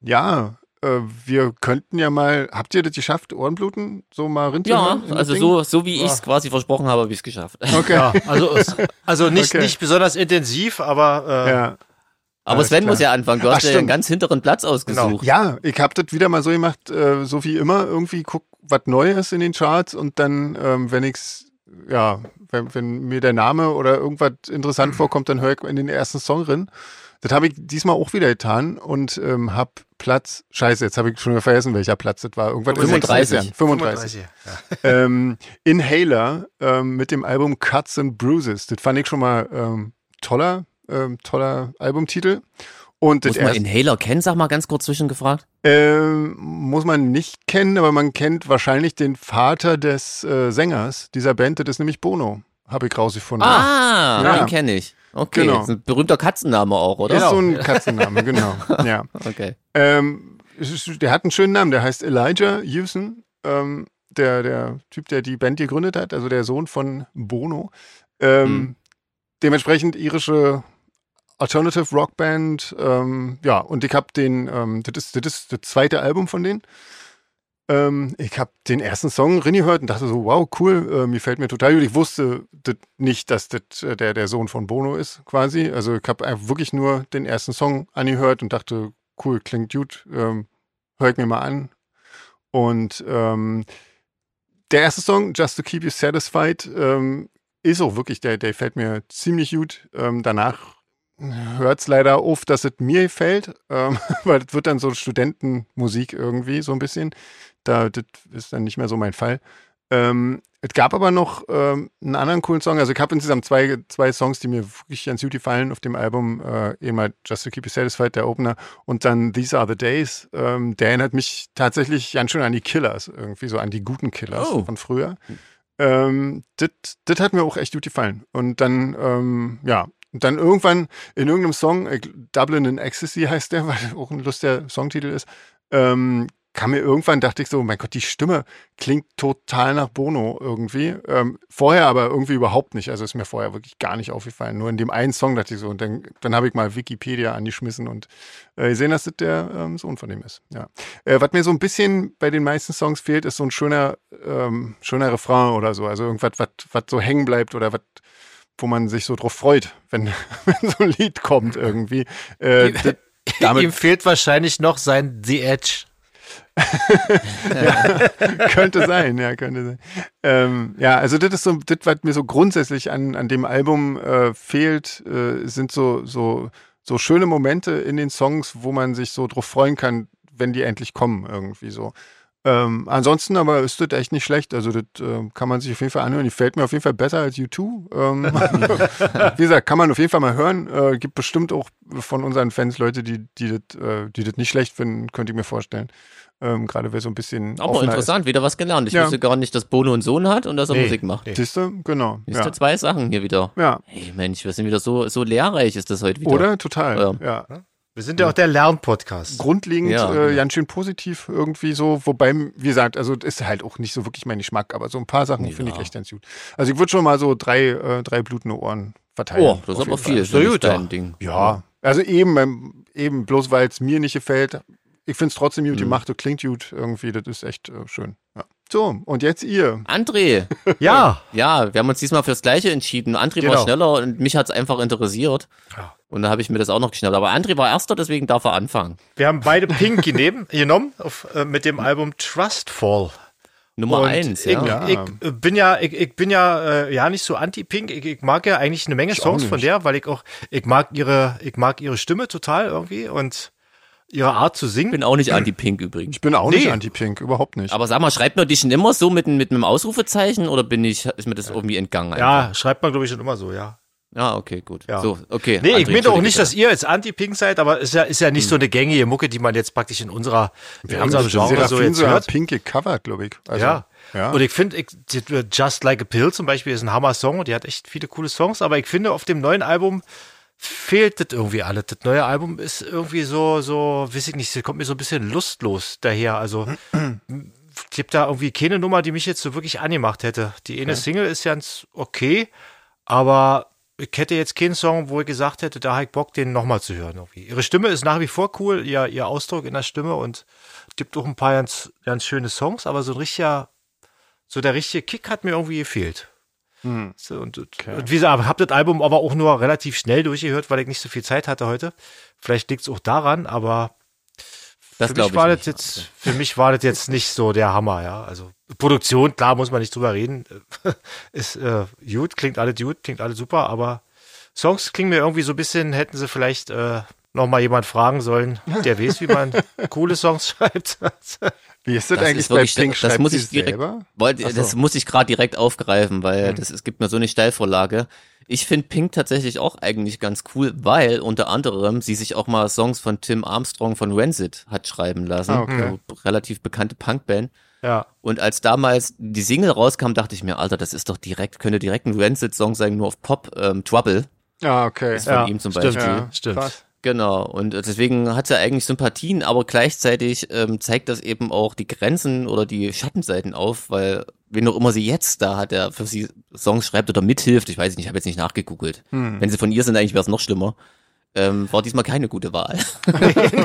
Ja, äh, wir könnten ja mal, habt ihr das geschafft, Ohrenbluten so mal ja, reinzuhören? in das also Ding? Oh. so, so wie ich es quasi versprochen habe, habe ich es geschafft. Okay. Ja, also, also nicht, Okay. nicht besonders intensiv, aber äh, Ja. Aber Alles Sven klar. muss ja anfangen. Du Ach, hast ja den stimmt. Genau. ganz hinteren Platz ausgesucht. ja, ich hab das wieder mal so gemacht, äh, so wie immer, irgendwie guck, was Neues in den Charts und dann, ähm, wenn ich's, ja, wenn, wenn mir der Name oder irgendwas interessant vorkommt, dann höre ich in den ersten Song rein. Das habe ich diesmal auch wieder getan und ähm, hab Platz, scheiße, jetzt habe ich schon wieder vergessen, welcher Platz das war. Irgendwas um in den 35. 60ern. 35. ähm, Inhaler ähm, mit dem Album Cuts and Bruises. Das fand ich schon mal ähm, toller, ähm, toller Albumtitel. Und das Muss man erste, Inhaler kennen, sag mal ganz kurz zwischengefragt. ähm, muss man nicht kennen, aber man kennt wahrscheinlich den Vater des äh, Sängers dieser Band. Das ist nämlich Bono, habe ich rausgefunden. Ah, Ja. den kenne ich. Okay, Genau. ist ein berühmter Katzenname auch, oder? das ist so ein Katzenname, genau. Ja. Okay. Ähm, es ist, der hat einen schönen Namen, der heißt Elijah Houston. Ähm, der, der Typ, der die Band gegründet hat, also der Sohn von Bono. Ähm, Mhm. Dementsprechend irische Alternative Rockband. Ähm, ja, und ich habe den, ähm, das, ist, das ist das zweite Album von denen. Ähm, ich habe den ersten Song Rini gehört und dachte so, wow, cool, äh, mir fällt mir total gut. Ich wusste das nicht, dass das äh, der, der Sohn von Bono ist, quasi. Also ich habe einfach wirklich nur den ersten Song angehört und dachte, cool, klingt gut, ähm, hör ich mir mal an. Und ähm, der erste Song, Just to Keep You Satisfied, ähm, ist auch wirklich, der, der fällt mir ziemlich gut. Ähm, danach hört es leider auf, dass es mir gefällt, ähm, weil das wird dann so Studentenmusik irgendwie so ein bisschen. Da, das ist dann nicht mehr so mein Fall. Ähm, es gab aber noch ähm, einen anderen coolen Song. Also ich habe insgesamt zwei, zwei Songs, die mir wirklich ganz gut gefallen auf dem Album. Äh, eben mal Just to Keep You Satisfied, der Opener. Und dann These Are the Days. Ähm, der erinnert mich tatsächlich ganz schön an die Killers irgendwie, so an die guten Killers Oh. von früher. Ähm, das das hat mir auch echt gut gefallen. Und dann, ähm, ja, und dann irgendwann in irgendeinem Song, äh, Dublin in Ecstasy heißt der, weil auch ein lustiger Songtitel ist, ähm, kam mir irgendwann, dachte ich so, mein Gott, die Stimme klingt total nach Bono irgendwie. Ähm, vorher aber irgendwie überhaupt nicht. Also ist mir vorher wirklich gar nicht aufgefallen. Nur in dem einen Song dachte ich so. Und dann, dann habe ich mal Wikipedia angeschmissen und äh, gesehen, dass das der ähm, Sohn von dem ist. Ja. Äh, was mir so ein bisschen bei den meisten Songs fehlt, ist so ein schöner, ähm, schöner Refrain oder so. Also irgendwas, was was so hängen bleibt oder was wo man sich so drauf freut, wenn, wenn so ein Lied kommt irgendwie. Äh, das- damit- Ihm fehlt wahrscheinlich noch sein The Edge. könnte sein, ja, könnte sein. Ähm, ja, also das ist so, das, was mir so grundsätzlich an, an dem Album äh, fehlt, äh, sind so, so, so schöne Momente in den Songs, wo man sich so drauf freuen kann, wenn die endlich kommen, irgendwie so. Ähm, ansonsten aber ist das echt nicht schlecht. Also das äh, kann man sich auf jeden Fall anhören. Die fällt mir auf jeden Fall besser als U2. Ähm, wie gesagt, kann man auf jeden Fall mal hören. Äh, gibt bestimmt auch von unseren Fans Leute, die, die das äh, die das nicht schlecht finden, könnte ich mir vorstellen. Ähm, Gerade wer so ein bisschen Aber offener ist. interessant, wieder was gelernt. Ich Ja. wusste gar nicht, dass Bono einen Sohn hat und dass er Nee, Musik macht. nee. Siehst du? Genau. Ist Ja. da zwei Sachen hier wieder. ja. Hey Mensch, wir sind wieder so, so lehrreich ist das heute wieder. Oder? Total. Ja. Ja. Wir sind ja auch der Lernpodcast. Grundlegend Ja, äh, ganz schön positiv irgendwie so, wobei, wie gesagt, also das ist halt auch nicht so wirklich mein Geschmack, aber so ein paar Sachen finde ich echt ganz gut. Also ich würde schon mal so drei, äh, drei blutende Ohren verteilen. Oh, das Auf ist aber jeden viel. Fall. Das ist ja So nicht gut, ja. dein Ding. Ja, also eben, ähm, eben, bloß weil es mir nicht gefällt, ich finde es trotzdem gut gemacht, das klingt gut irgendwie, das ist echt äh, schön. Ja. So, und jetzt ihr. André. Ja. Ja, wir haben uns diesmal fürs Gleiche entschieden. André war Genau. schneller und mich hat's einfach interessiert. Ja. Und da habe ich mir das auch noch geschnappt. Aber André war Erster, deswegen darf er anfangen. Wir haben beide Pink genehm- genommen auf, äh, mit dem Album Trustfall. Nummer Und eins, ich, ja. Ja. ich äh, bin ja, ich, ich bin ja, äh, ja nicht so anti-Pink. Ich, ich mag ja eigentlich eine Menge auch Songs von nicht. der, weil ich auch, ich mag ihre, ich mag ihre Stimme total irgendwie und ihre Art zu singen. bin auch nicht anti-pink übrigens. Ich bin auch nicht Nee. anti-pink, überhaupt nicht. Aber sag mal, schreibt man die schon immer so mit, mit einem Ausrufezeichen oder bin ich, ist mir das irgendwie entgangen? Äh. ja, schreibt man glaube ich schon immer so, ja. Ja, okay, gut. Ja. So, okay. also Nee, André, ich meine auch entschuldige nicht, dass ihr jetzt anti-Pink seid, aber ist ja, ist ja Hm. nicht so eine gängige Mucke, die man jetzt praktisch in unserer, in unserem Genre so Serafin jetzt so hört. pink gecovert, glaube ich. Also, Ja. ja. Und ich finde, ich- die- Just Like a Pill zum Beispiel ist ein Hammer-Song und die hat echt viele coole Songs, aber ich finde, auf dem neuen Album fehlt das irgendwie alles. Das neue Album ist irgendwie so, so, weiß ich nicht, das kommt mir so ein bisschen lustlos daher. Also, es gibt da irgendwie keine Nummer, die mich jetzt so wirklich angemacht hätte. Die eine Single ist ganz okay, aber ich hätte jetzt keinen Song, wo ich gesagt hätte, da habe ich Bock, den nochmal zu hören. Irgendwie. Ihre Stimme ist nach wie vor cool, ihr, ihr Ausdruck in der Stimme und es gibt auch ein paar ganz, ganz schöne Songs, aber so ein richtiger, so der richtige Kick hat mir irgendwie gefehlt. Hm. So, und, und, und wie gesagt, habe das Album aber auch nur relativ schnell durchgehört, weil ich nicht so viel Zeit hatte heute. Vielleicht liegt es auch daran, aber Das für mich glaube war ich nicht. das jetzt, für mich war das jetzt nicht so der Hammer, ja. Also Produktion, klar, muss man nicht drüber reden. Ist äh, gut, klingt alles gut, klingt alles super, aber Songs klingen mir irgendwie so ein bisschen, hätten sie vielleicht äh, nochmal jemand fragen sollen, der weiß, wie man coole Songs schreibt. Wie ist das, Das eigentlich ist wirklich, bei Pink? das Schreibt muss sie ich es direkt, selber? wollte, Ach so. Hm. das muss ich gerade direkt aufgreifen, weil das es gibt mir so eine Steilvorlage. Ich finde Pink tatsächlich auch eigentlich ganz cool, weil unter anderem sie sich auch mal Songs von Tim Armstrong von Rancid hat schreiben lassen, Ah, okay. so relativ bekannte Punkband. ja. Und als damals die Single rauskam, dachte ich mir, Alter, das ist doch direkt, könnte direkt ein Rancid-Song sein, nur auf Pop, ähm, Trouble. Ja, Ah, okay. Von ja, ihm zum stimmt, Beispiel. Ja, stimmt. krass. Genau, und deswegen hat er eigentlich Sympathien, aber gleichzeitig ähm, zeigt das eben auch die Grenzen oder die Schattenseiten auf, weil wen auch immer sie jetzt da hat, der für sie Songs schreibt oder mithilft, ich weiß nicht, ich habe jetzt nicht nachgegoogelt. Wenn sie von ihr sind, eigentlich wäre es noch schlimmer. Ähm, war diesmal keine gute Wahl.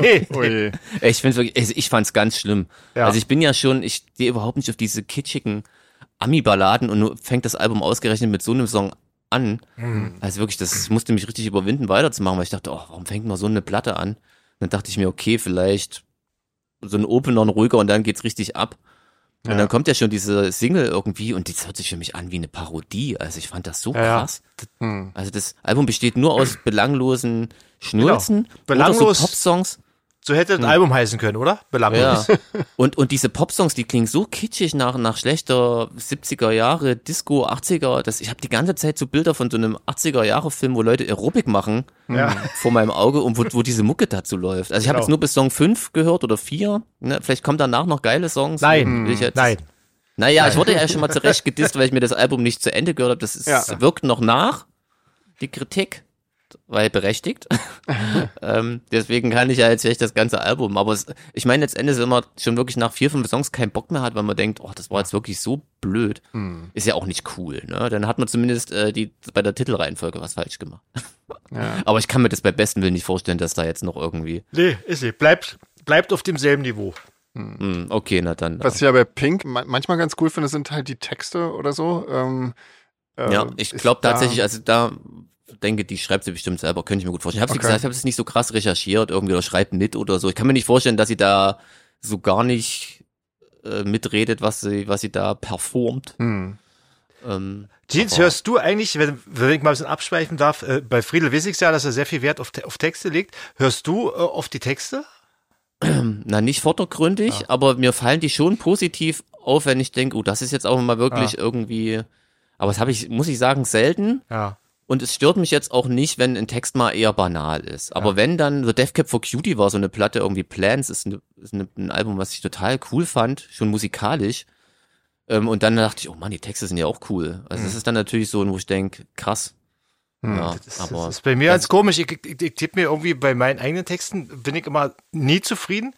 nee. Oh je. ich find's wirklich, also ich fand's ganz schlimm. Ja. Also ich bin ja schon, ich stehe überhaupt nicht auf diese kitschigen Ami-Balladen und nur fängt das Album ausgerechnet mit so einem Song an. Mhm. Also wirklich, das musste mich richtig überwinden, weiterzumachen, weil ich dachte, oh, warum fängt man so eine Platte an? Und dann dachte ich mir, okay, vielleicht so ein Opener, ein ruhiger und dann geht's richtig ab. Und dann kommt ja schon diese Single irgendwie und die hört sich für mich an wie eine Parodie. Also ich fand das so Ja, ja. krass. Hm. Also das Album besteht nur aus belanglosen Schnulzen oder Genau. Belanglos- so Popsongs. So hätte das Album heißen können, oder? Ja. Belanglos. Und, und diese Popsongs, die klingen so kitschig nach, nach schlechter 70er Jahre, Disco, 80er. Das, ich habe die ganze Zeit so Bilder von so einem 80er Jahre Film, wo Leute Aerobic machen Ja. vor meinem Auge und wo, wo diese Mucke dazu läuft. Also ich habe Genau. jetzt nur bis Song 5 gehört oder 4. Ne? Vielleicht kommen danach noch geile Songs. Nein, Hm. Will ich jetzt, nein. Naja, ich wurde ja schon mal zurecht gedisst, weil ich mir das Album nicht zu Ende gehört habe. Das ist, Ja. wirkt noch nach, die Kritik, weil berechtigt. ähm, deswegen kann ich ja jetzt echt das ganze Album. Aber es, ich meine, jetzt Ende ist immer schon wirklich nach vier, fünf Songs keinen Bock mehr hat, weil man denkt, oh, das war jetzt wirklich so blöd. Hm. Ist ja auch nicht cool. Ne? Dann hat man zumindest äh, die, bei der Titelreihenfolge was falsch gemacht. Ja. Aber ich kann mir das bei besten Willen nicht vorstellen, dass da jetzt noch irgendwie. Nee, ist sie. Bleibt, bleibt auf demselben Niveau. Hm, okay, na dann. Was ich ja bei Pink ma- manchmal ganz cool finde, sind halt die Texte oder so. Ähm, äh, Ja, ich ist glaube da- tatsächlich, also da denke, die schreibt sie bestimmt selber, könnte ich mir gut vorstellen. Ich habe sie Okay. gesagt, ich habe es nicht so krass recherchiert, irgendwie oder schreibt mit oder so. Ich kann mir nicht vorstellen, dass sie da so gar nicht äh, mitredet, was sie, was sie da performt. Hm. Ähm, Jeans, Aber- hörst du eigentlich, wenn, wenn ich mal ein bisschen abschweifen darf, äh, bei Friedel weiß ich ja, dass er sehr viel Wert auf, Te- auf Texte legt. Hörst du äh, auf die Texte? na, nicht vordergründig, aber mir fallen die schon positiv auf, wenn ich denke, oh, das ist jetzt auch mal wirklich irgendwie. Aber das habe ich, muss ich sagen, selten. Ja. Und es stört mich jetzt auch nicht, wenn ein Text mal eher banal ist. Aber wenn dann so Death Cab for Cutie war, so eine Platte irgendwie Plans, ist, eine, ist eine, ein Album, was ich total cool fand, schon musikalisch. Ähm, und dann dachte ich, oh Mann, die Texte sind ja auch cool. Also das ist dann natürlich so, ein, wo ich denke, krass. Ja, Mhm. Hm. Das ist, aber das ist bei mir ganz komisch. Ich, ich, ich tippe mir irgendwie bei meinen eigenen Texten, bin ich immer nie zufrieden.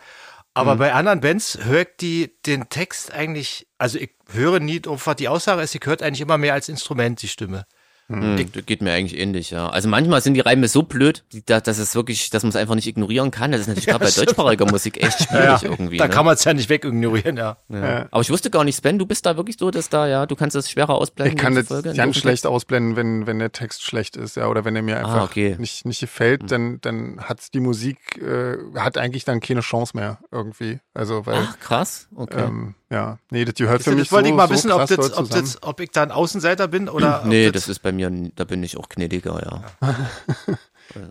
Aber Hm. bei anderen Bands höre ich die, den Text eigentlich, also ich höre nie, ob was die Aussage ist, ich höre eigentlich immer mehr als Instrument die Stimme. Hm, das geht mir eigentlich ähnlich, ja. Also manchmal sind die Reime so blöd, die, da- dass es wirklich, dass man es einfach nicht ignorieren kann. Das ist natürlich gerade bei deutschsprachiger Musik echt schwierig irgendwie. da ne? kann man es ja nicht wegignorieren, ja. ja. Aber ich wusste gar nicht, Sven, du bist da wirklich so, dass da, ja, du kannst das schwerer ausblenden. Ich kann die das Folge in ganz der schlecht ausblenden, wenn, wenn der Text schlecht ist, ja, oder wenn er mir einfach Ah, okay. Hm. nicht, nicht gefällt, dann, dann hat die Musik, äh, hat eigentlich dann keine Chance mehr irgendwie. Also, weil, Ach, krass. Ah, Okay. ähm, ja, nee, das gehört für Deswegen mich wollte so, ich mal so wissen, ob, krass das, dort ob, zusammen. das, ob ich da ein Außenseiter bin oder. nee, ob das ist bei mir, n- da bin ich auch gnädiger, ja.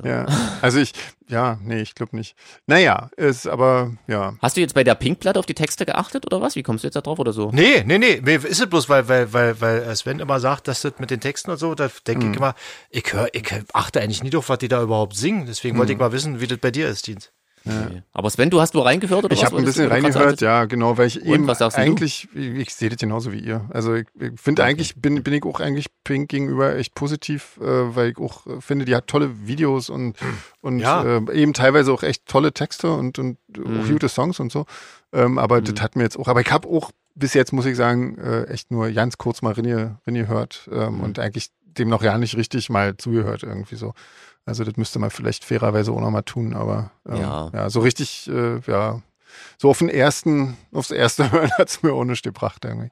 Ja, also ich, ja, nee, ich glaube nicht. Naja, ist aber, ja, Hast du jetzt bei der Pink-Platte auf die Texte geachtet oder was? Wie kommst du jetzt da drauf oder so? Nee, nee, nee, mir ist es bloß, weil, weil, weil, weil Sven immer sagt, dass das mit den Texten und so, da denke ich immer, ich höre, ich achte eigentlich nie drauf, was die da überhaupt singen. Deswegen wollte ich mal wissen, wie das bei dir ist, Dienst. Nee. Aber Sven, du hast wohl reingehört oder Ich was? habe ein wolltest du- bisschen du kannst reingehört, alles- ja, genau, weil ich eben was sagst denn du? eigentlich, ich sehe das genauso wie ihr. Also ich, ich finde eigentlich, bin, bin ich auch eigentlich Pink gegenüber echt positiv, äh, weil ich auch äh, finde, die hat tolle Videos und, Hm. und Ja. äh, eben teilweise auch echt tolle Texte und, und Hm. auch gute Songs und so. Ähm, aber das hat mir jetzt auch, aber ich habe auch bis jetzt, muss ich sagen, äh, echt nur ganz kurz mal Rinne, Rinne gehört ähm, Hm. und eigentlich dem noch ja nicht richtig mal zugehört irgendwie so. Also das müsste man vielleicht fairerweise auch nochmal tun, aber ähm, ja. Ja. so richtig, äh, ja, so auf den ersten, aufs erste Hören hat es mir ohne Stück gebracht irgendwie.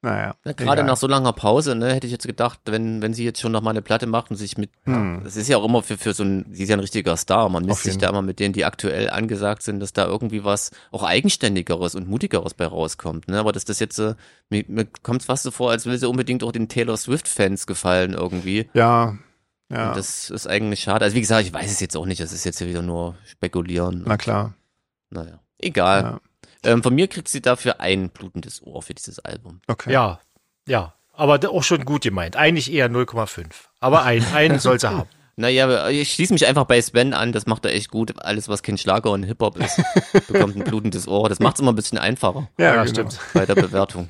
Naja. Na, Gerade egal. nach so langer Pause, ne, hätte ich jetzt gedacht, wenn, wenn sie jetzt schon noch mal eine Platte macht und sich mit, ja, das ist ja auch immer für, für so ein, sie ist ja ein richtiger Star, man Hm. Auf misst sich jeden da immer mit denen, die aktuell angesagt sind, dass da irgendwie was auch eigenständigeres und mutigeres bei rauskommt, ne, aber dass das jetzt, äh, mir, mir kommt es fast so vor, als will sie unbedingt auch den Taylor Swift-Fans gefallen irgendwie. Ja, ja, Und das ist eigentlich schade. Also wie gesagt, ich weiß es jetzt auch nicht, das ist jetzt hier wieder nur spekulieren. na klar. Naja, egal. Ja. Ähm, von mir kriegt sie dafür ein blutendes Ohr für dieses Album. Okay. Ja, ja. Aber da auch schon gut gemeint. Eigentlich eher 0,5. Aber ein, einen soll sie haben. Naja, ich schließe mich einfach bei Sven an, das macht er echt gut. Alles, was kein Schlager und Hip-Hop ist, bekommt ein blutendes Ohr. Das macht es immer ein bisschen einfacher Ja, Ja, genau. stimmt. bei der Bewertung.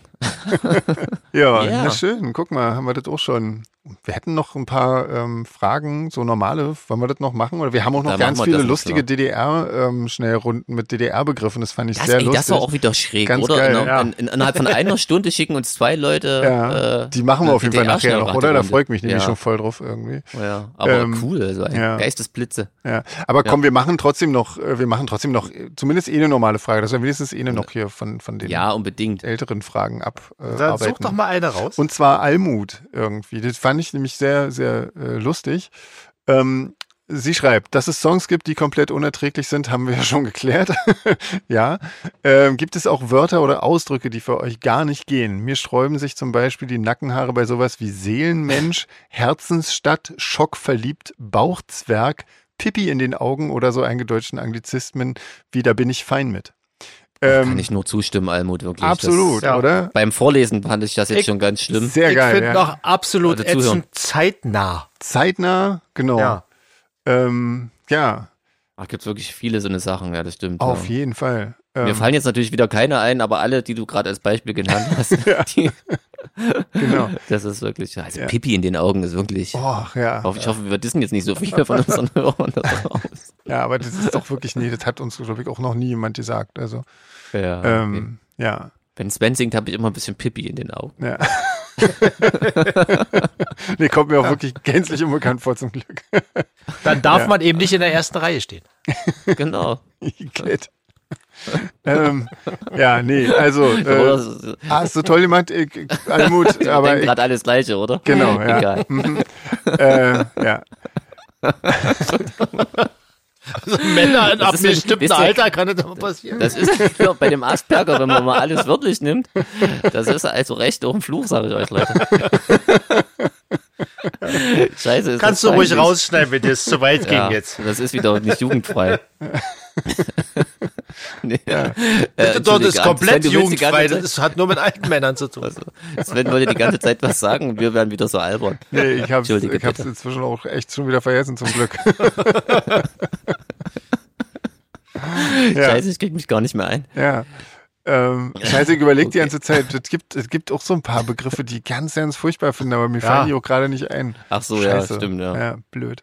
Ja, Ja. na schön. Guck mal, haben wir das auch schon. Wir hätten noch ein paar ähm, Fragen, so normale. Wollen wir das noch machen? Oder wir haben auch noch Ja, ganz machen wir viele das noch, lustige DDR-Schnellrunden ähm, mit DDR-Begriffen. Das fand ich Das, sehr ey, lustig. das war auch wieder schräg, Ganz oder? geil, in, ja. in, in, innerhalb von einer Stunde schicken uns zwei Leute. ja, äh, die machen wir auf jeden Fall nachher noch, oder? Da DDR-Schnellraterunde. freue ich mich nämlich ja, schon voll drauf irgendwie. Oh Ja, aber Ähm, cool, also ein ja. Geistesblitze. Ja, aber komm, wir machen trotzdem noch, äh, wir machen trotzdem noch äh, zumindest eh eine normale Frage, dass wir wenigstens eh eine noch hier von, von den Ja, unbedingt. älteren Fragen abarbeiten. Äh, Dann such arbeiten. doch mal eine raus. Und zwar Almut irgendwie. Das fand ich nämlich sehr, sehr äh, lustig. Ähm, sie schreibt, dass es Songs gibt, die komplett unerträglich sind, haben wir ja schon geklärt. ja. Ähm, gibt es auch Wörter oder Ausdrücke, die für euch gar nicht gehen? Mir sträuben sich zum Beispiel die Nackenhaare bei sowas wie Seelenmensch, Herzensstadt, Schockverliebt, Bauchzwerg, Pipi in den Augen oder so eingedeutschen Anglizismen wie da bin ich fein mit. Kann Ähm, ich nur zustimmen, Almut, wirklich. Das- absolut, ja. oder? Beim Vorlesen fand ich das jetzt Ich- schon ganz schlimm. Sehr ich geil. finde ja. noch absolut Leute, zuhören. ätzend zeitnah. zeitnah, genau. Ja. Ähm, ja, Ach, gibt's wirklich viele so eine Sachen, ja, das stimmt. auf ja. jeden Fall. Mir Ähm, fallen jetzt natürlich wieder keine ein, aber alle, die du gerade als Beispiel genannt hast, die, genau. das ist wirklich, also Pipi in den Augen ist wirklich. Och, ja. Hoff- Ich hoffe, wir dissen jetzt nicht so viele von unseren Hörern da draus. Ja, aber das ist doch wirklich, nee, das hat uns, glaube ich, auch noch nie jemand gesagt. Also, Ja, okay. ähm, ja. Wenn Sven singt, habe ich immer ein bisschen Pipi in den Augen. ja. nee, kommt mir auch wirklich gänzlich unbekannt vor, zum Glück. Dann darf man eben nicht in der ersten Reihe stehen. Genau. Igitt. ähm, ja, nee, also, Oder äh, so- hast du toll gemacht, ich, ich, Almut, aber denken ich, gerade alles Gleiche, oder? Genau, ja. Egal. äh, ja. Also Männer in Das ab ist einem ein- bestimmten wisst ihr- Alter kann das aber passieren. Das ist ja, bei dem Asperger, wenn man mal alles wörtlich nimmt, das ist also recht auch ein Fluch, sage ich euch, Leute. Scheiße, ist Kannst du das ruhig peinlich. rausschneiden, wenn dir es zu weit Ja, Äh, ging jetzt. Das ist wieder nicht jugendfrei. nee. Äh, Bitte dort ist komplett jugendfrei. Das Zeit, Also, ist- hat nur mit alten Männern zu tun. Sven wollte die ganze Zeit was sagen und wir werden wieder so albern. Nee, ich hab's, Entschuldige ich hab's bitte. inzwischen auch echt schon wieder vergessen, zum Glück. ja, Scheiße, ich krieg mich gar nicht mehr ein. ja. Ähm, scheiße, ich überleg Okay. die ganze Zeit. Es gibt, es gibt auch so ein paar Begriffe, die ich ganz, ganz furchtbar finde, aber mir Ja. fallen die auch gerade nicht ein. Ach so, ja, scheiße. stimmt, ja. Ja, blöd.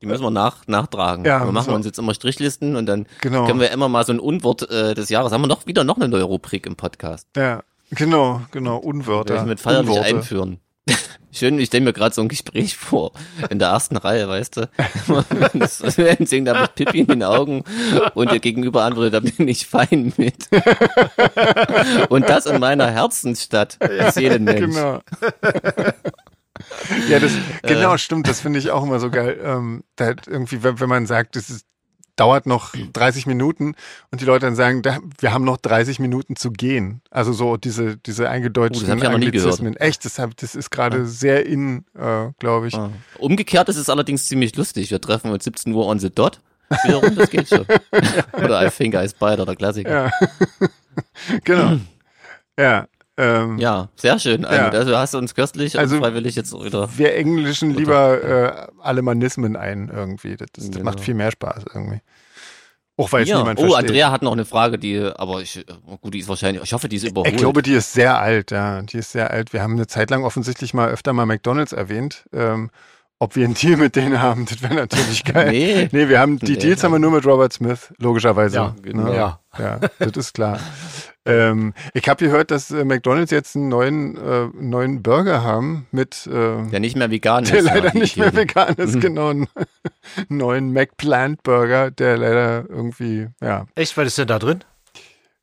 Die müssen wir nach, nachtragen. wir Ja, müssen machen wir. uns jetzt immer Strichlisten und dann Genau. können wir immer mal so ein Unwort äh, des Jahres. Haben wir noch wieder noch eine neue Rubrik im Podcast. Ja, genau, genau. Werde Unwörter. ich mit feierlich Unworte. einführen. Schön, ich stelle mir gerade so ein Gespräch vor, in der ersten Reihe, weißt du. Das singt da mit Pippi in den Augen und ihr gegenüber antwortet, da bin ich fein mit. Und das in meiner Herzensstadt, als jeden Mensch. Genau. ja, Äh. das, genau, stimmt, das finde ich auch immer so geil. Ähm, da hat irgendwie, wenn, wenn man sagt, es ist, dauert noch 30 Minuten und die Leute dann sagen, da, wir haben noch 30 Minuten zu gehen. Also so diese, diese Oh, das hab eingedeutschten ich ja noch nie Anglizismen. Echt, das, hab- das ist gerade sehr in, äh, glaube Ah. ich. Umgekehrt ist es allerdings ziemlich lustig. Wir treffen uns 17 Uhr on the dot. Wiederum, das geht schon. Oder I think I spied oder Klassiker. Ja. genau. ja. Ähm, Ja, sehr schön. Also, Ja. also hast du uns köstlich Also- und freiwillig jetzt wieder. Wir Englischen lieber äh, Alemanismen ein irgendwie. Das, das Genau. macht viel mehr Spaß irgendwie. Auch weil es Ja. niemand Oh, versteht. Andrea hat noch eine Frage, die, aber ich, oh, gut, die ist wahrscheinlich, ich hoffe, die ist überholt. Ich glaube, die ist sehr alt, ja. Die ist sehr alt. Wir haben eine Zeit lang offensichtlich mal öfter mal McDonalds erwähnt. Ähm, ob wir einen Deal mit denen haben, das wäre natürlich geil. Nee. nee, wir haben die Nee, Deals haben wir nur mit Robert Smith, logischerweise. Ja, genau. Ne? Ja. Ja, das ist klar. ähm, ich habe gehört, dass äh, McDonalds jetzt einen neuen, äh, neuen Burger haben mit äh, der nicht mehr vegan der ist. ja, leider die Mhm. nicht mehr Idioten. vegan ist, genau. Einen neuen McPlant Burger, der leider irgendwie, ja. Echt, was ist denn da drin?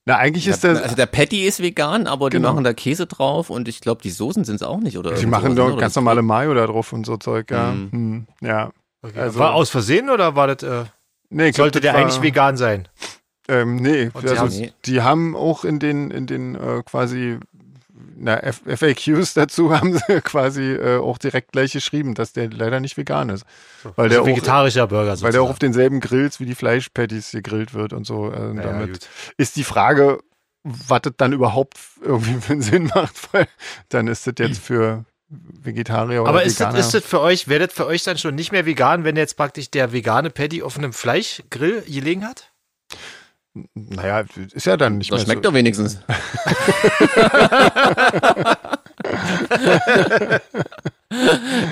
Na, eigentlich ist Ja, das. also der Patty ist vegan, aber die Genau. machen da Käse drauf und ich glaube, die Soßen sind es auch nicht, oder? Äh, Die irgend machen sowas, doch ne? ganz Oder- normale Mayo da drauf und so Zeug, ja. Mhm. Hm. Ja. Also- war aus Versehen oder war das, äh, Nee, ich sollte glaub, das der Oh, war- eigentlich vegan sein? Ähm, nee, Und sie also, haben- Nee. die haben auch in den, in den äh, quasi na, F FAQs dazu haben sie quasi äh, auch direkt gleich geschrieben, dass der leider nicht vegan ist. Weil der Also auch, vegetarischer Burger weil der auch auf sozusagen. denselben Grills wie die Fleischpatties gegrillt wird und so. Äh, Naja, damit gut. ist die Frage, was das dann überhaupt irgendwie für einen Sinn macht, weil dann ist das jetzt für Vegetarier oder Aber ist Veganer. das, ist das für euch, wäre das für euch dann schon nicht mehr vegan, wenn jetzt praktisch der vegane Patty auf einem Fleischgrill gelegen hat? naja, ist ja dann nicht Das mehr schmeckt so. doch wenigstens.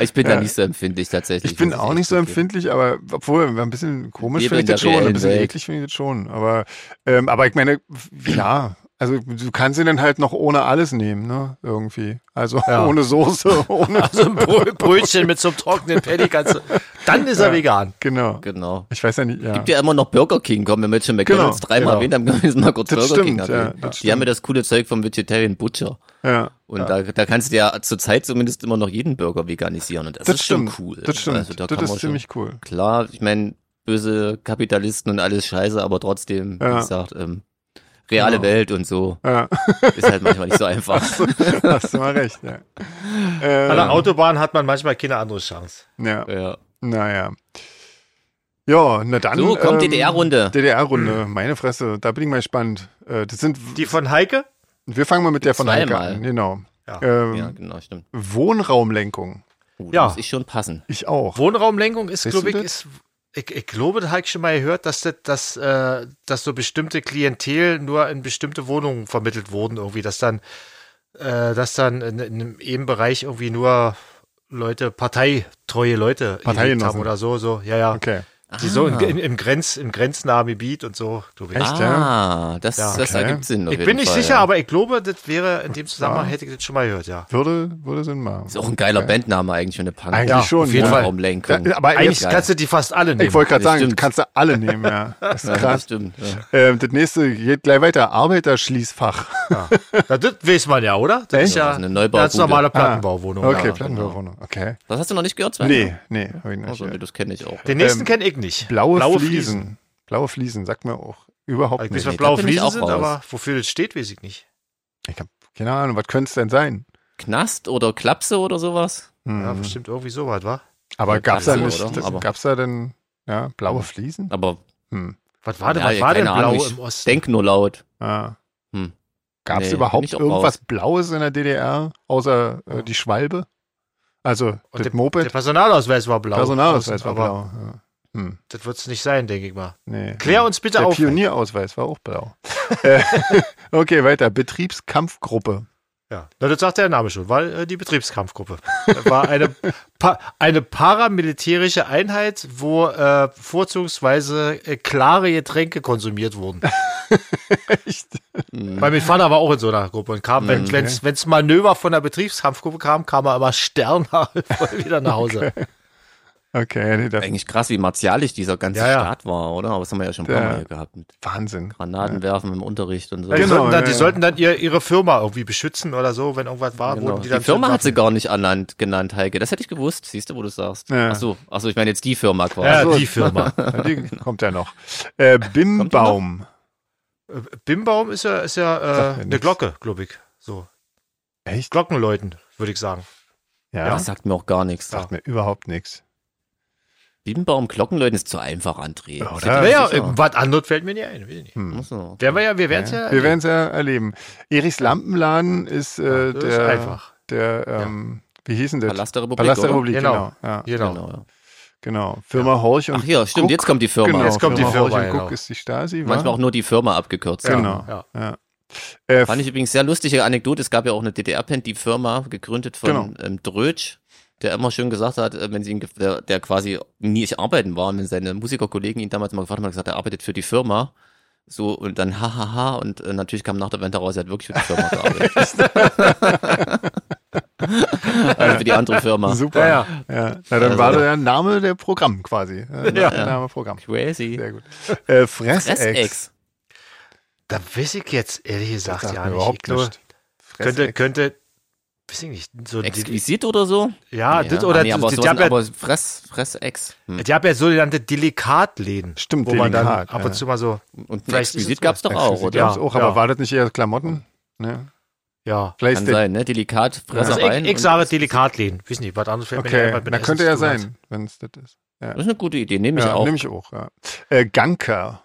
ich bin da nicht so empfindlich tatsächlich. Ich bin muss auch echt nicht so zugeben. empfindlich, aber obwohl ein bisschen komisch Leben finde ich das in der schon, ein reellen bisschen Welt. eklig finde ich das schon. Aber, ähm, aber ich meine, ja, also du kannst ihn dann halt noch ohne alles nehmen, ne? Irgendwie. Also Ja. ohne Soße, ohne. So ein Brö- Brötchen mit so einem trockenen Patty kannst du, dann ist er vegan. genau. Genau. Ich weiß ja nicht. Ja. Gibt ja immer noch Burger King, komm, wenn wir jetzt schon McDonalds Genau, dreimal genau. erwähnt haben, können wir jetzt mal kurz Das Burger King stimmt, ja, erwähnen. das Die stimmt. haben ja das coole Zeug vom Vegetarian Butcher. ja. Und da, da kannst du ja zurzeit zumindest immer noch jeden Burger veganisieren. Und das, Das ist stimmt. schon cool. Das stimmt. Also da kann das man ist schon- ziemlich cool. Klar, ich meine, böse Kapitalisten und alles scheiße, aber trotzdem, Ja. wie gesagt, ähm, reale Genau. Welt und so Ja, ist halt manchmal nicht so einfach. hast du mal recht, ja. An der Ähm, Autobahn hat man manchmal keine andere Chance. ja. ja. Naja. Ja, na dann. ähm, So, kommt DDR-Runde. DDR-Runde, meine Fresse, da bin ich mal gespannt. Äh, Das sind, Die von Heike? wir fangen mal mit der von Heike Zweimal. an, genau. Ja. Ähm, ja, genau, stimmt. Wohnraumlenkung. Oh, ja. ja. Muss ich schon passen. Ich auch. Wohnraumlenkung ist, Weißt du glaube ich, das? ist, ich, ich glaube, da habe ich schon mal gehört, dass, das, dass, äh, dass so bestimmte Klientel nur in bestimmte Wohnungen vermittelt wurden, irgendwie, dass dann, äh, dass dann in, in einem eben Bereich irgendwie nur Leute, parteitreue Leute gelebt Parteigenossen. haben oder so, so, ja, ja. Okay. Die so in, Ah. in, im, Grenz, im grenznahen Gebiet und so, glaube ich. Echt? ah, das, Ja. das Okay. ergibt Sinn. Auf Ich jeden bin nicht Fall, sicher, ja. aber ich glaube, das wäre in dem Zusammenhang hätte ich das schon mal gehört, ja. Würde, würde Sinn machen. Ist auch ein geiler Bandname eigentlich für eine Punk. Eigentlich Ja, schon. auf jeden ja. Fall. Raumlenkung. Ja, aber Eigentlich jetzt, geil. kannst du die fast alle nehmen. ich wollte gerade Das sagen, stimmt. kannst du alle nehmen, ja. Das ist Ja, das krass. stimmt. Ja. Ähm, das nächste geht gleich weiter. Arbeiterschließfach. Na, das weiß man ja, oder? Das ist Ja, ja das ist eine Neubaubude. ganz normale Plattenbauwohnung. okay, ja. Plattenbauwohnung. Okay. Das hast du noch nicht gehört, Sven? Nee, nee, hab ich nicht. Also, nee, das kenne ich auch. Den nächsten kenne ich nicht. Blaue, Fliesen. Blaue Fliesen, sagt mir auch überhaupt Ich weiß, nicht. was Nee, blaue da bin ich Fliesen auch sind, raus. aber wofür das steht, weiß ich nicht. Ich hab keine Ahnung, was könnte es denn sein? Hm. Knast oder Klapse oder sowas? Ja, bestimmt irgendwie sowas, wa? Aber Ja, gab's da Plattenbau, nicht, oder? Aber- gab's da denn, ja, blaue Fliesen? Aber Hm. Was war denn, Ja, was ja, war denn keine blau Ahnung, ich im Osten? denk nur laut. Ah. Hm. Gab es Nee, bin überhaupt ich auch irgendwas raus. Blaues in der DDR, außer äh, die Schwalbe? Also Und das der, Moped, der Personalausweis war blau. Personalausweis war aber blau. Ja. Hm. Das wird es nicht sein, denke ich Mhm. mal. Nee. Klär uns bitte der auf. Pionierausweis war auch blau. Äh, okay, weiter. Betriebskampfgruppe. Ja, na, das sagt der Name schon, weil äh, die Betriebskampfgruppe Das war eine, pa eine paramilitärische Einheit, wo äh, vorzugsweise äh, klare Getränke konsumiert wurden. Echt? Weil mein Vater war auch in so einer Gruppe und kam, wenn wenn's, wenn's Manöver von der Betriebskampfgruppe kam, kam er immer sternhaft wieder nach Hause. Okay, nee, das Eigentlich krass, wie martialisch dieser ganze Ja, ja. Staat war, oder? Aber das haben wir ja schon ein Ja. paar Mal gehabt. Mit Wahnsinn. Granaten werfen im Unterricht und so. Die, Genau, sollten dann, ja, die ja. sollten dann ihr, ihre Firma irgendwie beschützen oder so, wenn irgendwas war, Genau. wurden die Die, dann Firma zu hat sie Waffen. gar nicht anland, genannt, Heike. Das hätte ich gewusst. Siehst du, wo du sagst. Ja. Ach so, ach so, ich meine jetzt die Firma quasi. Ja, Ach so. die Firma. Ja, die kommt ja noch. Äh, Bimbaum. Äh, Bimbaum ist ja, ist ja Sagt äh, mir eine nix. Glocke, glaube ich. So. Echt? Glockenläuten, würde ich sagen. Ja, Das sagt mir auch gar nichts. Ja. Ja. sagt mir überhaupt nichts. Biebenbaum, Glockenläuten ist zu einfach, André. Ja, Das oder? hätte ich naja, sicher. was anderes fällt mir nicht ein. Will ich nicht. Hm. Ach so. Werden wir ja, wir werden es ja. Ja. Wir werden es ja erleben. Erichs Lampenladen ist äh, Ja, das ist der, einfach. der ähm, wie hieß denn das? Palast der Republik. Palast der oder? Republik, Genau. genau. Ja, Genau. Genau, ja. genau. Firma Horch und Ach ja, stimmt, Guck. jetzt kommt die Firma. Genau, Jetzt kommt die Firma, Horch und genau. Guck ist die Stasi, wa? Manchmal auch nur die Firma abgekürzt. Ja. Genau. Ja. Ja. Äh, Fand ich übrigens sehr lustige Anekdote. Es gab ja auch eine DDR-Pen, die Firma, gegründet von Genau. ähm, Drötsch, der immer schön gesagt hat, äh, wenn sie ihn, ge- der, der quasi nie ich arbeiten war, und wenn seine Musikerkollegen ihn damals mal gefragt haben, hat er gesagt, er arbeitet für die Firma. So, und dann hahaha, und äh, natürlich kam nach der Wende raus, er hat wirklich für die Firma gearbeitet. also für die andere Firma. super. Ja, Ja, Na, dann Also- war der Name der Programm quasi. Ja. Ja. Name Programm. Crazy. Sehr gut. Äh, Fressex. Fressex. Da weiß ich jetzt ehrlich Das gesagt sagt ja mir nicht. Ich überhaupt glaube, nicht. Könnte, Fressex. könnte, weiß ich nicht, so die, Exquisit oder so? ja, Ja, Ah, Ah, Ah, das oder nee, aber, die, so die, haben sind ja, aber Fress, Fressex. Hm. die haben ja sogenannte Delikatläden. Stimmt, wo man dann Delikat, ab ja. und zu mal so, Und ein Vielleicht ist es Exquisit gab's doch auch, Exquisit oder? gab's auch, aber Ja. war das nicht eher Klamotten? Ne? ja. Vielleicht Kann ist der- sein, ne? Delikat, Fresse Also Also rein. ich, ich und- sage Delikatläden. Wissen nicht, was anderes fällt mir nicht ein, Okay, was mit na Essen könnte zu ja tun hat. sein, wenn es das ist. Das ist eine gute Idee, nehme ich Ja, auch. nehme ich auch, ja. Äh, Ganker.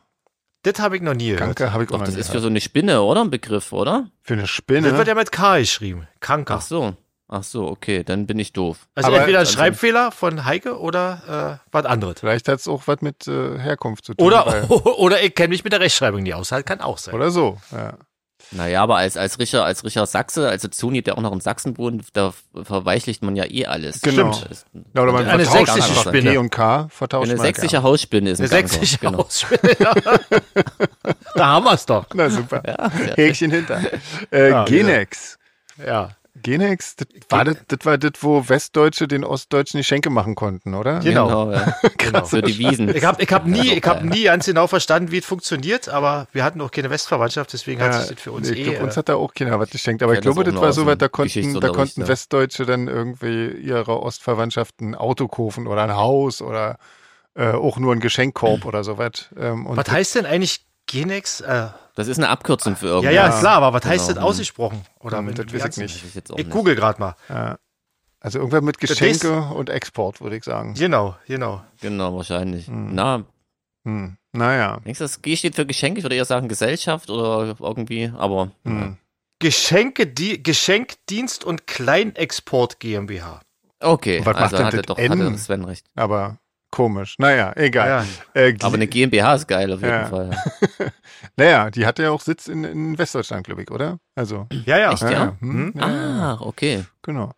Das habe ich noch nie gehört. Ganker habe ich auch Doch, noch das nie ist für gehört. so eine Spinne, oder? Ein Begriff, oder? für eine Spinne. Das wird ja mit K geschrieben. Kanker. Ach so. Ach so, okay, dann bin ich doof. Also Aber- äh, entweder ein Also- Schreibfehler von Heike oder äh, was anderes. Vielleicht hat es auch was mit äh, Herkunft zu tun. Oder, weil- oder ich kenne mich mit der Rechtschreibung nicht aus. Halt, Kann auch sein. oder so. Ja. Naja, aber als, als Richard, als Richard Sachse, als Zuni, der auch noch in Sachsen wohnt, da verweichlicht man ja eh alles. Genau. Stimmt. Das ist- Ja, oder man Eine vertauscht sächsische einfach Spinne. G und K vertauscht Eine man sächsische Hausspinne ist ein Eine Ganker. sächsische genau. Hausspinne. da haben wir es doch. gerne. Na super. ja. Häkchen hinter. Äh, Ja, Genex. Ja. Genex, das war das, das war das, wo Westdeutsche den Ostdeutschen die Schenke machen konnten, oder? Ja. Genau. Genau, ja. genau. So die Wiesen. Ich habe ich hab nie, ich hab Ja. nie ganz genau verstanden, wie es funktioniert, aber wir hatten auch keine Westverwandtschaft, deswegen hat sich das für uns nee, ich eh. glaube, uns äh, hat da auch keiner was geschenkt, aber ich kenn das glaube, auch das nur war aus so dem weit, da konnten, da Geschichtsunterricht, konnten ja. Westdeutsche dann irgendwie ihrer Ostverwandtschaft ein Auto kaufen oder ein Haus oder äh, auch nur ein Geschenkkorb oder so was. Ähm, und was heißt denn eigentlich Genex? Äh, ja, Das ist eine Abkürzung für ja, irgendwas. klar, aber was heißt das Genau. ausgesprochen? Oder Hm, wenn- das wie weiß ich hat's- nicht. Das ist jetzt auch Ich nicht. google gerade mal. also irgendwas mit Das Geschenke und Export, würde ich sagen. Genau, genau. Genau, wahrscheinlich. Na, Hm. Naja. denkst du, das G steht für Geschenk? Ich würde eher sagen Gesellschaft oder irgendwie, aber Hm. Geschenke, die, Geschenkdienst und Kleinexport GmbH. okay. Und was macht also denn hatte das doch N? hatte Sven recht. Aber komisch. Naja, egal. Äh, die, Aber ne- eine GmbH ist geil auf jeden Ja. Fall. naja, die hatte ja auch Sitz in, in Westdeutschland, glaube ich, oder? Also, Ja, ja. Echt, ja, ja? ja. Hm? ja, ja, ja. Ah, okay. genau.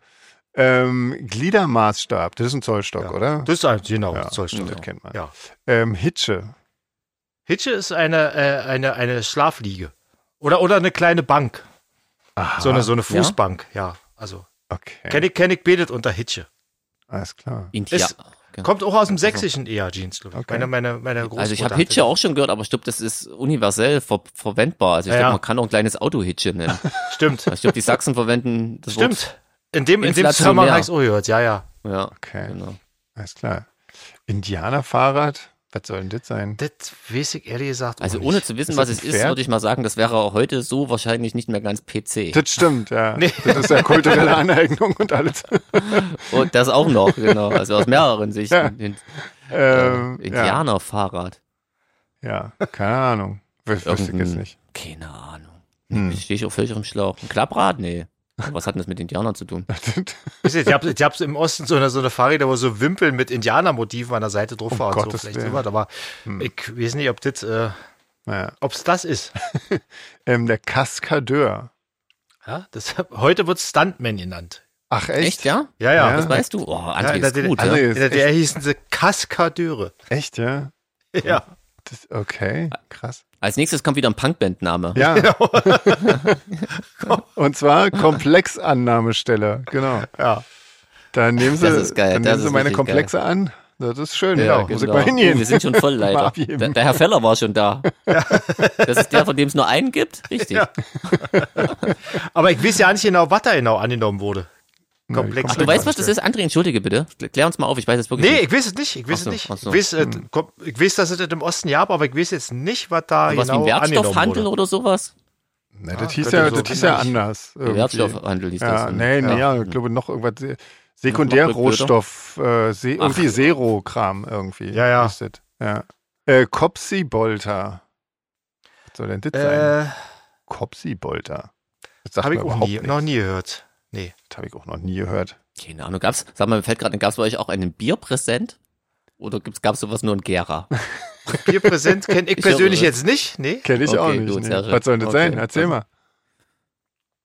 Ähm, Gliedermaßstab, das ist ein Zollstock, Ja. oder? Das ist ein, genau, Ja, soll stimmen. Das kennt man. Ja. Ähm, Hitsche. Hitsche ist eine, äh, eine, eine Schlafliege. Oder, oder eine kleine Bank. Aha, Ah. So eine, so eine Fußbank, ja. Also, okay. Kennig, Kennig betet unter Hitsche. Alles klar. India. Ist- Okay. Kommt auch aus dem Sächsischen eher, Jeans, glaube ich. Okay. Meine, meine, meine Großmutter. Also ich habe hatte Hitsche auch schon gehört, aber ich glaube, das ist universell ver verwendbar. Also ich Ja, glaube, ja. man kann auch ein kleines Auto Hitsche nennen. Also das. Stimmt, Ich glaube, die Sachsen verwenden das Wort. stimmt. In dem, in dem Inflationär. Zusammenhang habe ich es auch gehört, ja, ja. Ja, Okay. genau. Alles klar. Indianerfahrrad, was soll denn das sein? Das weiß ich ehrlich gesagt. auch Also nicht. ohne zu wissen, Ist was das es ein ist, Pferd? würde ich mal sagen, das wäre auch heute so wahrscheinlich nicht mehr ganz PC. Das stimmt, ja. Das ist ja kulturelle Aneignung und alles. Und das auch noch, genau. Also aus mehreren Sichten. In, Ähm, ja. äh, Indianerfahrrad. ja, keine Ahnung. Wüs wüsste ich jetzt Irgendein- nicht. Keine Ahnung. Hm. Ich stehe auf völligem Schlauch. Ein Klapprad? Nee. Was hat denn das mit Indianern zu tun? Wisst ihr, Ich habe ich hab's im Osten so eine, so eine Fahrräder, wo so Wimpel mit Indianermotiven an der Seite drauf Um war und so. Gottes Vielleicht Willen. Hm. sowas, aber ich weiß nicht, ob das, äh, Ja. ob's das ist. Ähm, der Kaskadeur. Ja, das, heute wird Stuntman genannt. Ach, echt? Echt, ja? Ja, ja. Ja. Also- Das weißt du? Oh, André Ja, in der ist gut. ne? ja? DDR André In ist der echt, DDR hießen sie Kaskadeure. echt, ja? Ja. Das, okay, Ah. krass. Als nächstes kommt wieder ein Punkband-Name. Ja. Und zwar Komplexannahmestelle, genau. Ja. Dann nehmen sie, Das ist geil, dann das nehmen sie ist meine richtig Komplexe an. Das ist schön, ja, muss ich genau. mal hingehen. Oh, wir sind schon voll Mal leider. abheben. Der, der Herr Feller war schon da. Das ist der, von dem es nur einen gibt? Richtig. Ja. Aber ich weiß ja nicht genau, was da genau angenommen wurde. Komplex. Ach, Du weißt, was das ist? André, entschuldige bitte. Klär uns mal auf, ich weiß es wirklich Nee, nicht. ich weiß es nicht. Ich weiß Ach so, es nicht. ach so. Ich, weiß, äh, Hm. komm, ich weiß, dass es das im Osten gab, aber ich weiß jetzt nicht, was da Was wie genau ein angenommen Wertstoffhandel wurde. oder sowas? Na, das Ah, hieß könnte ja, so das hieß ja ähnlich. anders. Der irgendwie. Wertstoffhandel hieß Ja, das. nee, nee, Ja. ja, ich glaube noch irgendwas Se- Sekundärrohstoff, äh, Se irgendwie Zero-Kram irgendwie. Ja, ja. hieß das. ja. Äh, Kopsi-Bolter. Was soll denn das sein? Äh, Kopsi-Bolter. Das sagt Habe mir ich auch überhaupt nie, nichts. noch nie gehört. Nee. Das habe ich auch noch nie gehört. Keine Ahnung, gab's, sag mal, mir fällt gerade, gab's bei euch auch einen Bierpräsent? Oder gibt's, gab's sowas nur in Gera? Bierpräsent kenne ich Ich persönlich höre. jetzt nicht. Nee. Kenne ich Okay, auch nicht. gut, nee. sehr schön. Was soll denn das Okay. sein? Erzähl mal.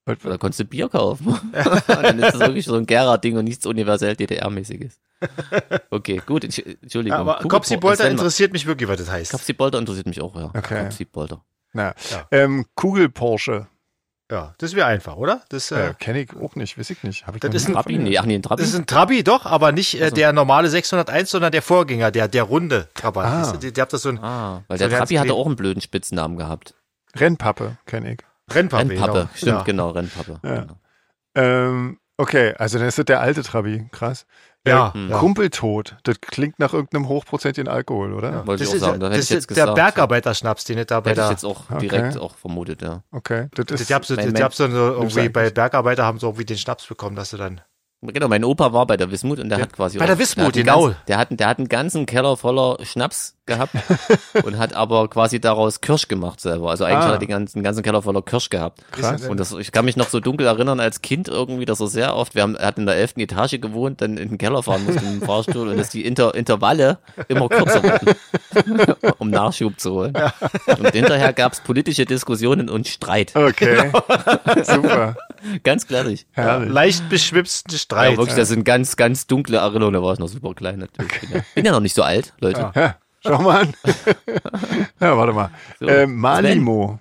Was- Oder konntest du Bier kaufen? Dann ist das wirklich so ein Gera-Ding und nichts universell DDR-mäßiges. Okay, gut, Entsch- Entschuldigung. Aber Kugelbo- Kopsi-Bolter Sven, interessiert mich wirklich, was das heißt. Kopsi-Bolter interessiert mich auch, ja. Okay. Kopsi-Bolter. Na, Ja. ähm, Kugel-Porsche. Ja, das wäre einfach, oder? Das, äh, Äh, Kenne ich auch nicht, weiß ich nicht. Hab ich Das noch ist nie ein- Trabi? von Nee, gehört. ach nee, ein Trabi. Das ist ein Trabi, doch, aber nicht Also. äh, der normale 601, sondern der Vorgänger, der, der runde Trabant. Ah. Weißt du, die, die habt das so ein ah, weil So der ganz Trabi hatte klein. auch einen blöden Spitznamen gehabt. Rennpappe, kenne ich. Rennpappe. Rennpappe, genau. stimmt, Ja. genau, Rennpappe. Ja. Genau. Ähm, okay, also dann ist das der alte Trabi, krass. Ja, Hm, Äh, ja. Kumpeltod, das klingt nach irgendeinem hochprozentigen Alkohol, oder? Wollte ich Das auch ist, sagen, das ja- hätte das ich jetzt ist der gesagt. Bergarbeiterschnaps, den es da bei Hätte ich der. jetzt auch Okay. direkt auch vermutet, ja. Okay, das Das ist. gab's, so- mein das Mensch. gab's so irgendwie eigentlich. bei Bergarbeiter haben so irgendwie den Schnaps bekommen, dass du dann. Genau, mein Opa war bei der Wismut und der hat quasi bei der auch- Wismut, hat einen genau. ganzen- der, hat, der hat einen ganzen Keller voller Schnaps gehabt und hat aber quasi daraus Kirsch gemacht selber. Also eigentlich Ah. hat er den ganzen, ganzen Keller voller Kirsch gehabt. Krass. Und das, ich kann mich noch so dunkel erinnern als Kind irgendwie, dass er sehr oft, wir haben, er hat in der elften Etage gewohnt, dann in den Keller fahren musste im Fahrstuhl und dass die Inter, Intervalle immer kürzer wurden, um Nachschub zu holen. Und hinterher gab's politische Diskussionen und Streit. Okay, super, Ganz klassisch. herrlich. Leicht beschwipsten Ja, Streit. wirklich, das sind ganz, ganz dunkle Erinnerungen. Da war ich noch super klein natürlich. Bin ja, bin ja noch nicht so alt, Leute. Ja, schau mal an. ja, warte mal. So. Ähm, Malimo,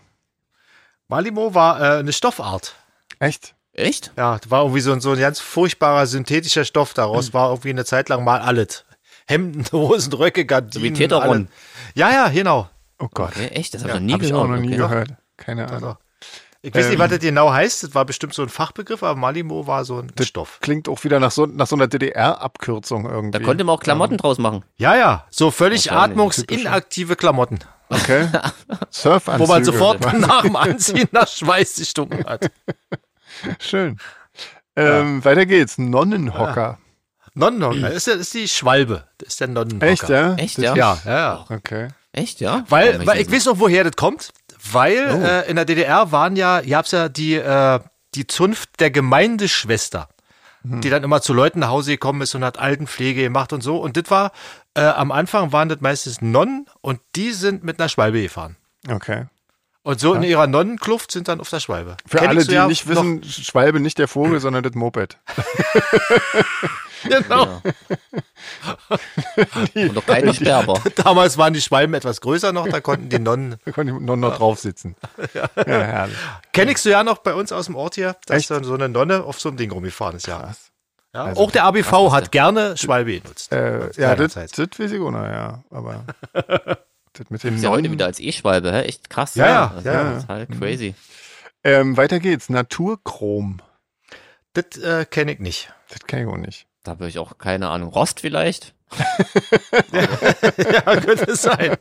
Malimo war äh, eine Stoffart. echt? Echt? Ja, das war irgendwie so ein, so ein ganz furchtbarer synthetischer Stoff Hm. daraus. War irgendwie eine Zeit lang mal alles. Hemden, Hosen, Röcke, wie Gardinen. Teteron. alles. Ja, ja, genau. Oh Gott, Okay, echt? Das habe Ja, ich noch nie habe ich gehört. auch noch nie okay. gehört. Keine Also, Ahnung. Ich weiß Ähm. nicht, was das genau heißt. Das war bestimmt so ein Fachbegriff, aber Malimo war so ein Stoff. Klingt auch wieder nach so, nach so einer DDR-Abkürzung irgendwie. Da konnte man auch Klamotten draus machen. Ja, ja, so völlig Wahrscheinlich. atmungsinaktive Klamotten, Okay. Surfanzüge. wo man sofort nach dem Anziehen nach Schweiß gestunken hat. Schön. Ähm, Weiter geht's. Nonnenhocker. Ah, Nonnenhocker, das ist, ja- das ist die Schwalbe, das ist der Nonnenhocker. Echt, ja? Echt, Das- ja? Ja, ja, ja. Okay. Echt, ja? Weil, Warum weil ich ich weiß auch, woher das kommt, weil Oh. äh, in der DDR waren ja, gab's ja die, äh, die Zunft der Gemeindeschwester, Mhm. die dann immer zu Leuten nach Hause gekommen ist und hat Altenpflege gemacht und so. Und das war, äh, am Anfang waren das meistens Nonnen und die sind mit einer Schwalbe gefahren. Okay. Und so in ihrer Nonnenkluft sind dann auf der Schwalbe. Für Kennst alle, du die ja nicht noch- wissen, Schwalbe nicht der Vogel, sondern das Moped. Genau. Und noch keine Sperber. Damals waren die Schwalben etwas größer noch, da konnten die Nonnen. Da konnte ich noch, noch drauf sitzen. Ja, herrlich. Kennst du ja noch bei uns aus dem Ort hier, dass Echt? dann so eine Nonne auf so einem Ding rumgefahren ist, ja. Krass. ja. Also, auch der ABV hat gerne Schwalbe genutzt. Äh, Zu ja, seiner das, Zeit. das weiß ich auch noch, ja. Aber das mit dem Ist ja heute wieder neuen. als E-Schwalbe, hä? Echt krass. Ja, ja, Das ja, ja. Mhm. ist halt crazy. Ähm, weiter geht's. Naturchrom. Das äh, kenne ich nicht. Das kenne ich auch nicht. Da habe ich auch keine Ahnung. Rost vielleicht? ja, könnte sein.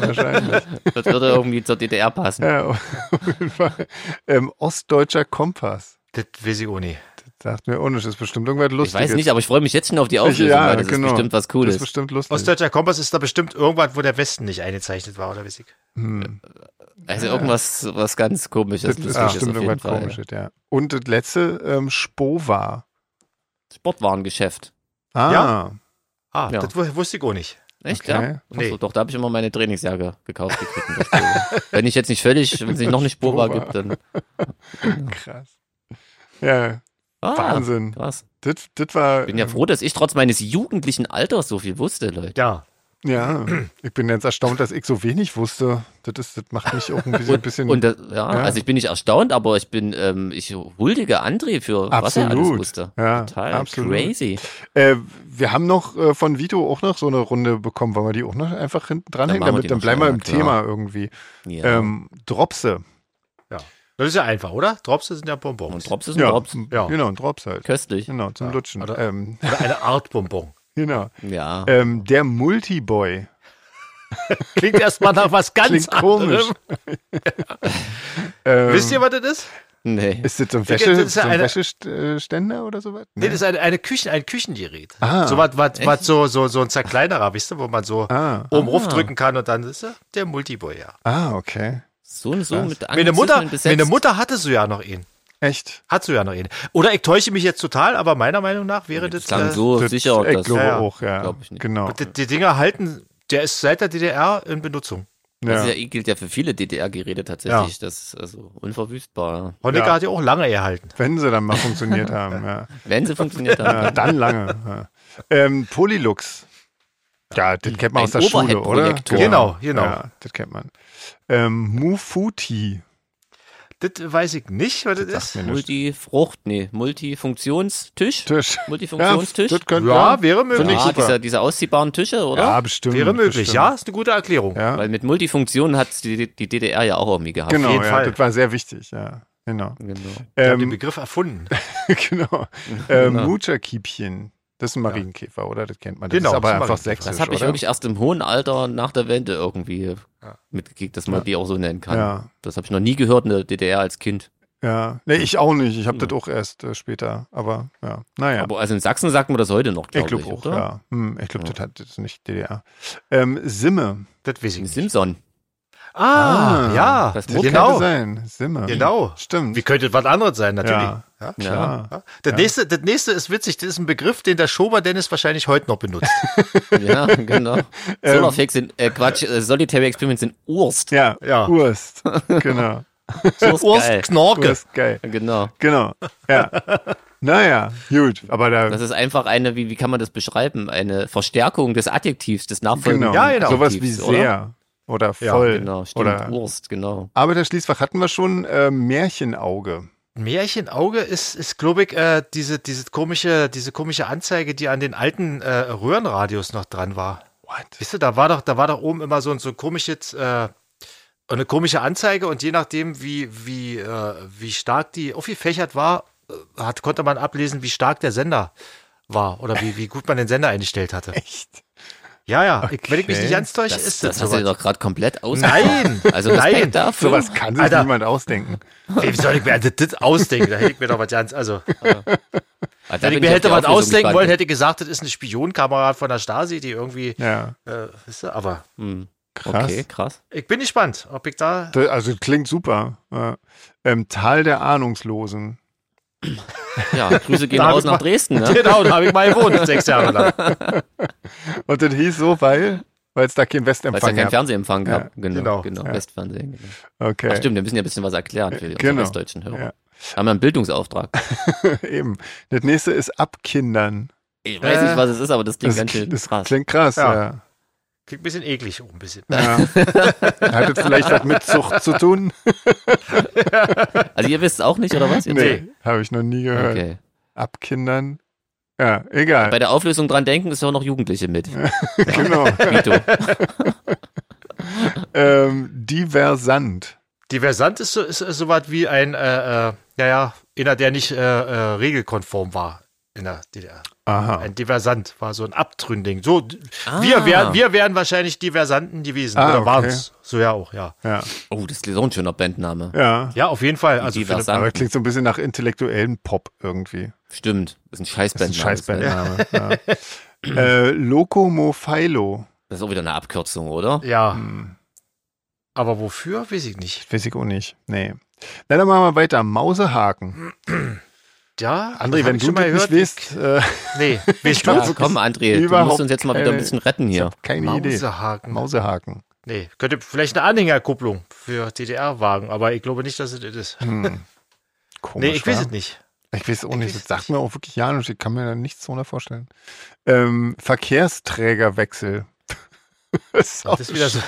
wahrscheinlich. Das würde irgendwie zur DDR passen. ja, auf jeden Fall. Ähm, Ostdeutscher Kompass. Das weiß ich auch nicht. Das sagt mir ohne, das ist bestimmt irgendwas ich Lustiges. weiß nicht, aber ich freue mich jetzt schon auf die Auflösung, Ja, weil das genau. ist bestimmt was Das Cooles. ist bestimmt lustig. Ostdeutscher Kompass ist da bestimmt irgendwas, wo der Westen nicht eingezeichnet war, oder weiß ich. hm. also irgendwas was ganz komisches. Das ist Lustiges bestimmt auf jeden irgendwas Fall. Komisches, ja. Und das letzte, ähm, Spova. Sportwarengeschäft. Ah, Ja. Ah, Ja. das wu- wusste ich auch nicht. Echt, Okay. ja? Achso, Nee. doch, da habe ich immer meine Trainingsjacke gekauft gekriegt. in der Spur. wenn ich jetzt nicht völlig, wenn es nicht noch eine Spur war, Spur war. gibt, dann. krass. Ja, Ah, Wahnsinn. Krass. Das, das war. Bin ja ähm, froh, dass ich trotz meines jugendlichen Alters so viel wusste, Leute. Ja. Ja, ich bin jetzt erstaunt, dass ich so wenig wusste. Das, ist, das macht mich auch ein bisschen. Und, bisschen und das, ja, also ich bin nicht erstaunt, aber ich bin, ähm, ich huldige André für was er alles Absolut. wusste. Ja, Total absolut. crazy. äh, wir haben noch äh, von Vito auch noch so eine Runde bekommen. Wollen wir die auch noch einfach hinten dranhängen? machen wir die Damit, dann noch bleiben wir schnell, im klar. Genau. Thema irgendwie. Ja. Ähm, Dropse. Das ist ja einfach, oder? Dropse sind ja Bonbons. und Drops ist ein Ja, Drops. Ja. genau, ein Drops halt. Köstlich. Genau, zum Lutschen. Oder- Ähm, Oder eine Art Bonbon. genau. Ja. Ähm, der Multiboy. Klingt erstmal nach was ganz Klingt anderem. komisch. Ähm, Wisst ihr, was das ist? Nee. Ist das so ein, Das Wäsche, ist ja so ein eine- Wäscheständer oder sowas? Nee, das ist eine, eine Küchen, ein Küchengerät. Ah. so was, was, was so, so, so ein Zerkleinerer, wisst ihr, wo man so Ah. oben raufdrücken kann und dann ist er der Multiboy, ja. Ah, okay. So und so Was? mit Meine Anglizismen Mutter, besetzt. meine Mutter hatte so ja noch ihn. Echt? Hat so ja noch ihn. Oder ich täusche mich jetzt total, aber meiner Meinung nach wäre Das das. klang äh, so das, sicher, ich dass glaube Ja, ja. auch, ja. Glaub ich nicht. Genau. und Die, die Dinger halten, der ist seit der DDR in Benutzung. Das Ja. ist ja, gilt ja für viele DDR-Geräte tatsächlich. Das ist also unverwüstbar. Honecker Ja. hat ja auch lange erhalten. Wenn sie dann mal funktioniert haben, ja. Wenn sie funktioniert haben. ja dann lange. Ja. Ähm, Polylux. Ja, das kennt man Ein aus der Schule, oder? Overhead-Projektor. Genau, genau. Ja, das kennt man. Ähm, Mufuti. Das weiß ich nicht, was das, Sagt ist. mir nichts. Multifrucht, nee, Multifunktionstisch. Tisch. Multifunktionstisch. Ja, das könnte, Ja, wäre Finde möglich. ich ja, super. diese, diese ausziehbaren Tische, oder? ja, bestimmt. Wäre möglich, bestimmt. ja. Ist eine gute Erklärung. Ja. Weil mit Multifunktion hat die, die DDR ja auch irgendwie gehabt. Genau, jeden ja, Fall. das war sehr wichtig, ja. Genau. Genau. Ich habe den Ähm, Begriff erfunden. genau. Ähm, Genau. Mutscherkiebchen. Das ist ein Marienkäfer, oder? Das kennt man. Das Genau, ist aber das ist einfach Marienkäfer. sächsisch, Das habe ich oder? wirklich erst im hohen Alter nach der Wende irgendwie mitgekriegt, dass man die auch so nennen kann. Ja. Das habe ich noch nie gehört in der DDR als Kind. Ja, nee, ich auch nicht. Ich habe das auch erst äh, später. Aber ja, naja. Aber also in Sachsen sagt man das heute noch, ich glaube ich. glaube auch, oder? ja. Hm, ich glaube, das hat das ist nicht DDR. Ähm, Simme. Das weiß ich Ein nicht. Simson. Ah, Ah, ja. das Das muss könnte genau. sein. Simme. Genau. Stimmt. Wie könnte was anderes sein, natürlich. Ja. Ja. Klar. Ja. Das, nächste, das nächste ist witzig, das ist ein Begriff, den der Schober Dennis wahrscheinlich heute noch benutzt. Ja, genau. Ähm. Solarfix sind, äh, Quatsch, äh, Solitary Experiments sind Urst. Ja, Ja. Urst. Genau. Urst, geil. Urst Knorke. Urst, geil. Genau. Genau. Ja. naja, gut. Aber da. Das ist einfach eine, wie, wie kann man das beschreiben? Eine Verstärkung des Adjektivs, des nachfolgenden genau. Ja, genau. Sowas wie Adjektivs, oder? sehr. Oder Ja, voll. Genau, stimmt. oder, Urst, genau. aber das Schließfach hatten wir schon. Äh, Märchenauge. Märchenauge ist, ist glaube ich, äh, diese, diese, komische, diese komische Anzeige, die an den alten äh, Röhrenradios noch dran war. What? Weißt du, da war doch, da war doch oben immer so ein so ein komisches, äh, eine komische Anzeige und je nachdem, wie, wie, äh, wie stark die aufgefächert war, äh, hat, konnte man ablesen, wie stark der Sender war oder wie, wie gut man den Sender eingestellt hatte. Echt? Ja, ja, ich, wenn ich mich Okay. nicht ganz täusche, Das, ist das, das, hast du dir sowas. doch gerade komplett aus. Nein, Also Respekt nein. dafür. Sowas kann sich Alter. niemand ausdenken. Wem soll ich mir das, das ausdenken? Da hätte ich mir doch was ganz, also, Ah, da wenn bin auf ich mir hätte die was Auflösung ausdenken gespannt. wollen, hätte ich gesagt, das ist eine Spionkamera von der Stasi, die irgendwie, Ja. äh, weißt du, aber Hm. Krass. Okay, krass. ich bin gespannt, ob ich da, Da- Also klingt super. Ja. Ähm, Tal der Ahnungslosen. Ja, Grüße gehen Da hab raus ich nach mal- Dresden, ne? genau, da habe ich mal gewohnt, sechs Jahre lang. Und das hieß so, weil weil es da keinen Weil es ja Westempfang keinen gab. Fernsehempfang Ja, gab. Genau, genau, genau. Westfernsehen. Genau. Okay, Ach stimmt, wir müssen ja ein bisschen was erklären für die Genau. westdeutschen Hörer. Ja. Haben wir einen Bildungsauftrag. eben. Das nächste ist Abkindern. Ich weiß nicht, was es ist, aber das klingt Das, ganz schön das krass. klingt krass, ja. Ja. Klingt ein bisschen eklig, auch ein bisschen. ja. Hat das vielleicht was mit Zucht zu tun? Also ihr wisst es auch nicht, oder was? Ihr Nee, Äh, habe ich noch nie zwei? gehört. Okay. Abkindern. Ja, egal. Bei der Auflösung dran denken, ist ja auch noch Jugendliche mit. genau. Vito. ähm, diversant. Diversant ist so, ist, ist so was wie ein, äh, äh, naja, einer, der nicht äh, äh, regelkonform war in der DDR. Aha. Ein Diversant war so ein Abtründing. So, d- Ah. wir, wären, wir wären wahrscheinlich Diversanten gewesen. Ah, oder okay. waren es. So ja auch, ja. Ja. Oh, das ist so ein schöner Bandname. ja. Ja, auf jeden Fall. Also für eine, Diversant. Aber klingt so ein bisschen nach intellektuellen Pop irgendwie. Stimmt, ist ein Das ist ein Scheißbandname. Scheißbandname. Ja. äh, Locomophilo. Das ist auch wieder eine Abkürzung, oder? ja. Hm, Aber wofür, weiß ich nicht. weiß ich auch nicht. Nee. Na, dann machen wir weiter. Mausehaken. Ja, André, das hab wenn ich du schon mal das nicht gehört. weißt, äh, Nee, weißt Ja, du? wirklich komm, André, du überhaupt musst uns jetzt mal wieder ein keine- bisschen retten ich hier. hab keine Idee. Mausehaken. Mausehaken. Nee, könnte vielleicht eine Anhängerkupplung für DDR-Wagen, aber ich glaube nicht, dass es das ist. Hm. Komisch, Nee, ich weiß wa? es nicht. Ich weiß auch Ich nicht. weiß Das sagt mir auch wirklich ja nicht. Ich kann mir da nichts drunter vorstellen. Ähm, Verkehrsträgerwechsel. Das ist, auch Das ist wieder so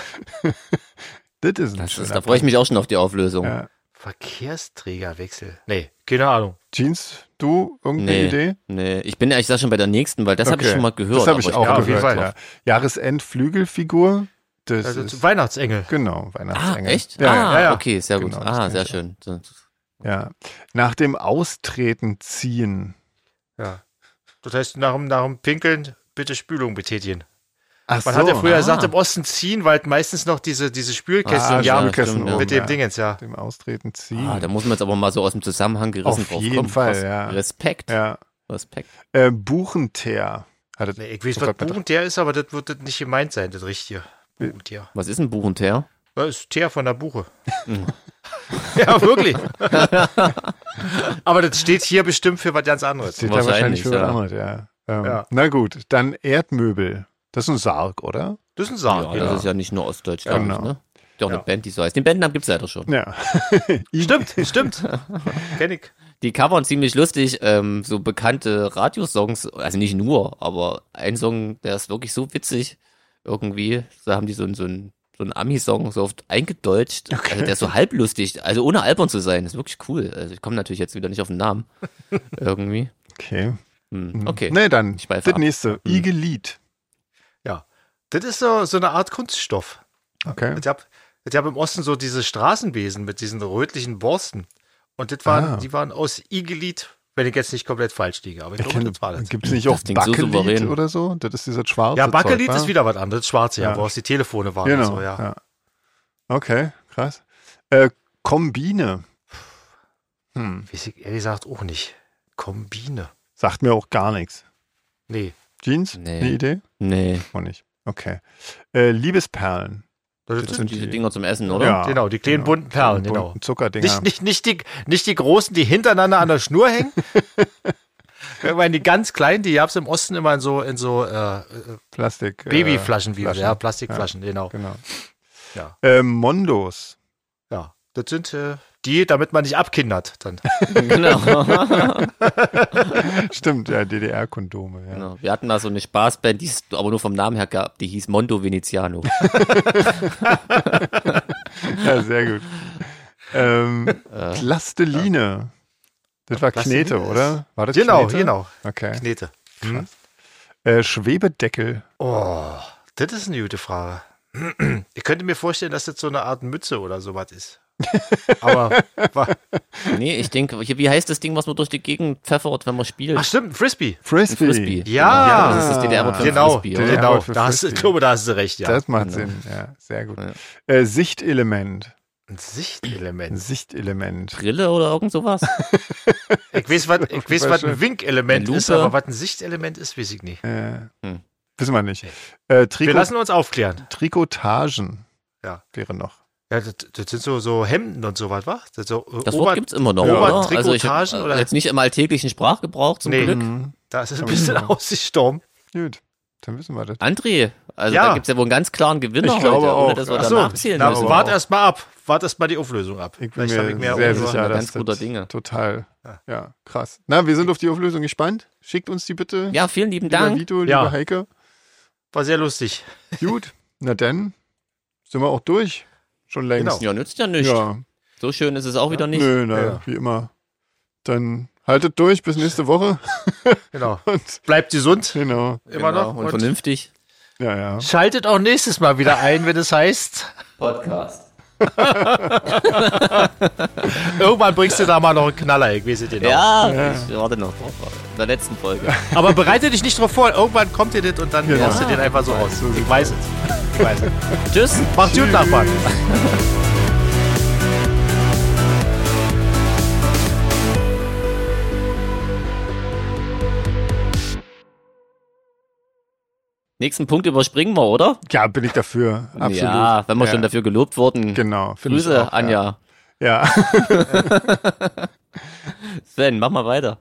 das ist ein Das ist, schöner da freue ich mich um. auch schon auf die Auflösung. Ja. Verkehrsträgerwechsel. Nee, keine Ahnung. Jeans, du, irgendeine Nee, Idee? nee, ich bin ehrlich gesagt schon bei der nächsten, weil das habe ich Okay. schon mal gehört. Das habe aber ich auch glaub, auf jeden gehört. Fall. Ja. Jahresendflügelfigur. Das Also ist, zum Weihnachtsengel. genau, Ah, Weihnachtsengel. echt? Ja, ah, ja, ja, ja. okay, sehr gut. Genau, das ah, kenn sehr ich schön. So- ja. Nach dem Austreten ziehen. Ja. Das heißt, nach dem, nach dem Pinkeln bitte Spülung betätigen. Ach Man hat ja früher ah. gesagt, im Osten ziehen, weil meistens noch diese, diese Spülkästen Ah, im ja, Jahr Spülkästen stimmt, oben, mit dem ja. Dingens, ja. Dem Austreten ziehen. Ah, da muss man jetzt aber mal so aus dem Zusammenhang gerissen Hm. Auf drauf jeden kommen. Fall, Krass. ja. Respekt. ja. Respekt. Äh, Buchenteer. Hattet, Nee, ich weiß, Doch, was grad mal Buchentier ist, aber das wird das nicht gemeint sein, das richtige. Buchentier. Was ist ein Buchenther? Das ist Teer von der Buche. ja, wirklich. aber das steht hier bestimmt für was ganz anderes. steht da wahrscheinlich, wahrscheinlich für ja. was anderes, ja. Ähm, Ja. Na gut, dann Erdmöbel. Das ist ein Sarg, oder? Das ist ein Sarg. Ja, genau. das ist ja nicht nur Ostdeutsch, glaube Ah, Genau. ich, ne? Doch Ja. eine Band, die so heißt. Den Bandnamen gibt's leider schon. Ja. Stimmt, stimmt. Kenn ich. Die covern ziemlich lustig, ähm, so bekannte Radiosongs, also nicht nur, aber ein Song, der ist wirklich so witzig irgendwie. Da haben die so einen so einen- so einen Ami-Song so oft eingedeutscht. Also der ist so halblustig, also ohne albern zu sein. ist wirklich cool. Also ich komme natürlich jetzt wieder nicht auf den Namen. irgendwie. Okay. Hm. Okay. Mhm. Nee, dann Ich das schweife ab. nächste. Hm. Igelit. Ja. Das ist so, so eine Art Kunststoff. Okay. Ich habe ich hab im Osten so diese Straßenbesen mit diesen rötlichen Borsten. Und das waren, Ah. die waren aus Igelit, wenn ich jetzt nicht komplett falsch liege. Aber ich glaube, das war das. Gibt es nicht auch Das klingt so Bakelit souverän. oder so? Das ist dieses schwarze Ja, Bakelit Zeug, wa? ist wieder was anderes, schwarze, ja, Ja. wo aus die Telefone waren. Genau, und so, ja. ja. Okay, krass. Äh, Kombine. Hm, Weiß ich ehrlich gesagt auch nicht. Kombine. sagt mir auch gar nichts. Nee. Jeans? Nee. Eine Idee? Nee. Auch nicht. Okay. Äh, Liebesperlen. Das Das sind, sind Diese die- Dinger zum Essen, oder? Ja, genau, die kleinen bunten Perlen, Die genau. bunten Zuckerdinger. Nicht, nicht, nicht, die, nicht die großen, die hintereinander an der Schnur hängen. ich meine, die ganz kleinen, die gab es im Osten immer in so, in so äh, äh, Plastik. äh, Babyflaschen, wie, Flaschen. ja, Plastikflaschen, genau. Genau. Ja. Äh, Mondos. Ja, das sind äh, die, damit man nicht abkindert dann. genau. Stimmt, ja, DDR-Kondome. Ja. Genau. Wir hatten mal so eine Spaßband, die es aber nur vom Namen her gab, die hieß Mondo Veneziano. ja, sehr gut. Ähm, Plasteline. Das war Plasteline Knete, ist- oder? War das Genau, Knete? genau. Okay. Knete. Äh, Schwebedeckel. Oh, das ist eine gute Frage. Ich könnte mir vorstellen, dass das so eine Art Mütze oder sowas ist. Aber, wa- Nee, ich denke, wie heißt das Ding, was man durch die Gegend pfeffert, wenn man spielt? ach stimmt, ein Frisbee. Frisbee. Frisbee. Ja. ja das ist das DDR-Wort Ah. für Genau, Frisbee. DDR Oder? genau. für Da hast, du- ich Frisbee. glaube, da hast du recht, ja. also Das macht Genau. Sinn. Ja, sehr gut. Ja. Äh, Sichtelement. Ein Ein Sichtelement. Sichtelement. Brille oder irgend sowas? Ich weiß, was, ich weiß, was ein Winkelement Eine ist, Lupe. aber was ein Sichtelement ist, weiß ich nicht. Äh, Hm. Wissen wir nicht. Äh, Wir Trikot, lassen uns aufklären. Trikotagen Ja. wäre noch. Ja, das, das sind so, so Hemden und sowas, wa? Das, so, äh, Das Ober- Wort gibt's immer noch, Ja. oder? Also ich hab, Trikotagen äh, oder- jetzt nicht im alltäglichen Sprachgebrauch zum Nee. Glück. Mhm. Das ist ein Aber bisschen genau. ausgestorben. Gut, dann wissen wir das. André, also Ja. da gibt's ja wohl einen ganz klaren Gewinner Ich glaube heute, auch. ohne dass wir Ach da so, nachzählen Na, müssen. wart erst mal ab. Wart erst mal die Auflösung ab. Ich bin Vielleicht mir hab also. ich mehr sehr Auflösung. sicher, dass Ganz guter das Dinge. total, Ja. ja, krass. Na, wir sind auf die Auflösung gespannt. Schickt uns die bitte. Ja, vielen lieben lieber Dank. Vito, Ja. lieber Heike. War sehr lustig. Gut, na dann sind wir auch durch. Schon längst. Ja, nützt ja nichts. Ja, So schön ist es auch wieder nicht. nö, na, Genau. Ja. wie immer. Dann haltet durch bis nächste Woche Genau. und Bleibt gesund. genau. Immer Genau, noch. Und vernünftig. Ja, ja. schaltet auch nächstes Mal wieder ein, wenn es heißt. Podcast. Irgendwann bringst du da mal noch einen Knaller. Ich weiß es genau. Ja, ich warte noch drauf. In der letzten Folge. Aber bereite dich nicht drauf vor. Irgendwann kommt dir das und dann Genau. haust du den einfach so raus. Ich weiß es. Ich weiß es. Tschüss. Macht's gut, Nachbarn. Nächsten Punkt überspringen wir, oder? Ja, bin ich dafür. Absolut. Ja, wenn wir schon dafür gelobt wurden. Genau. find ich Grüße, auch, Anja. Ja. ja. Sven, mach mal weiter.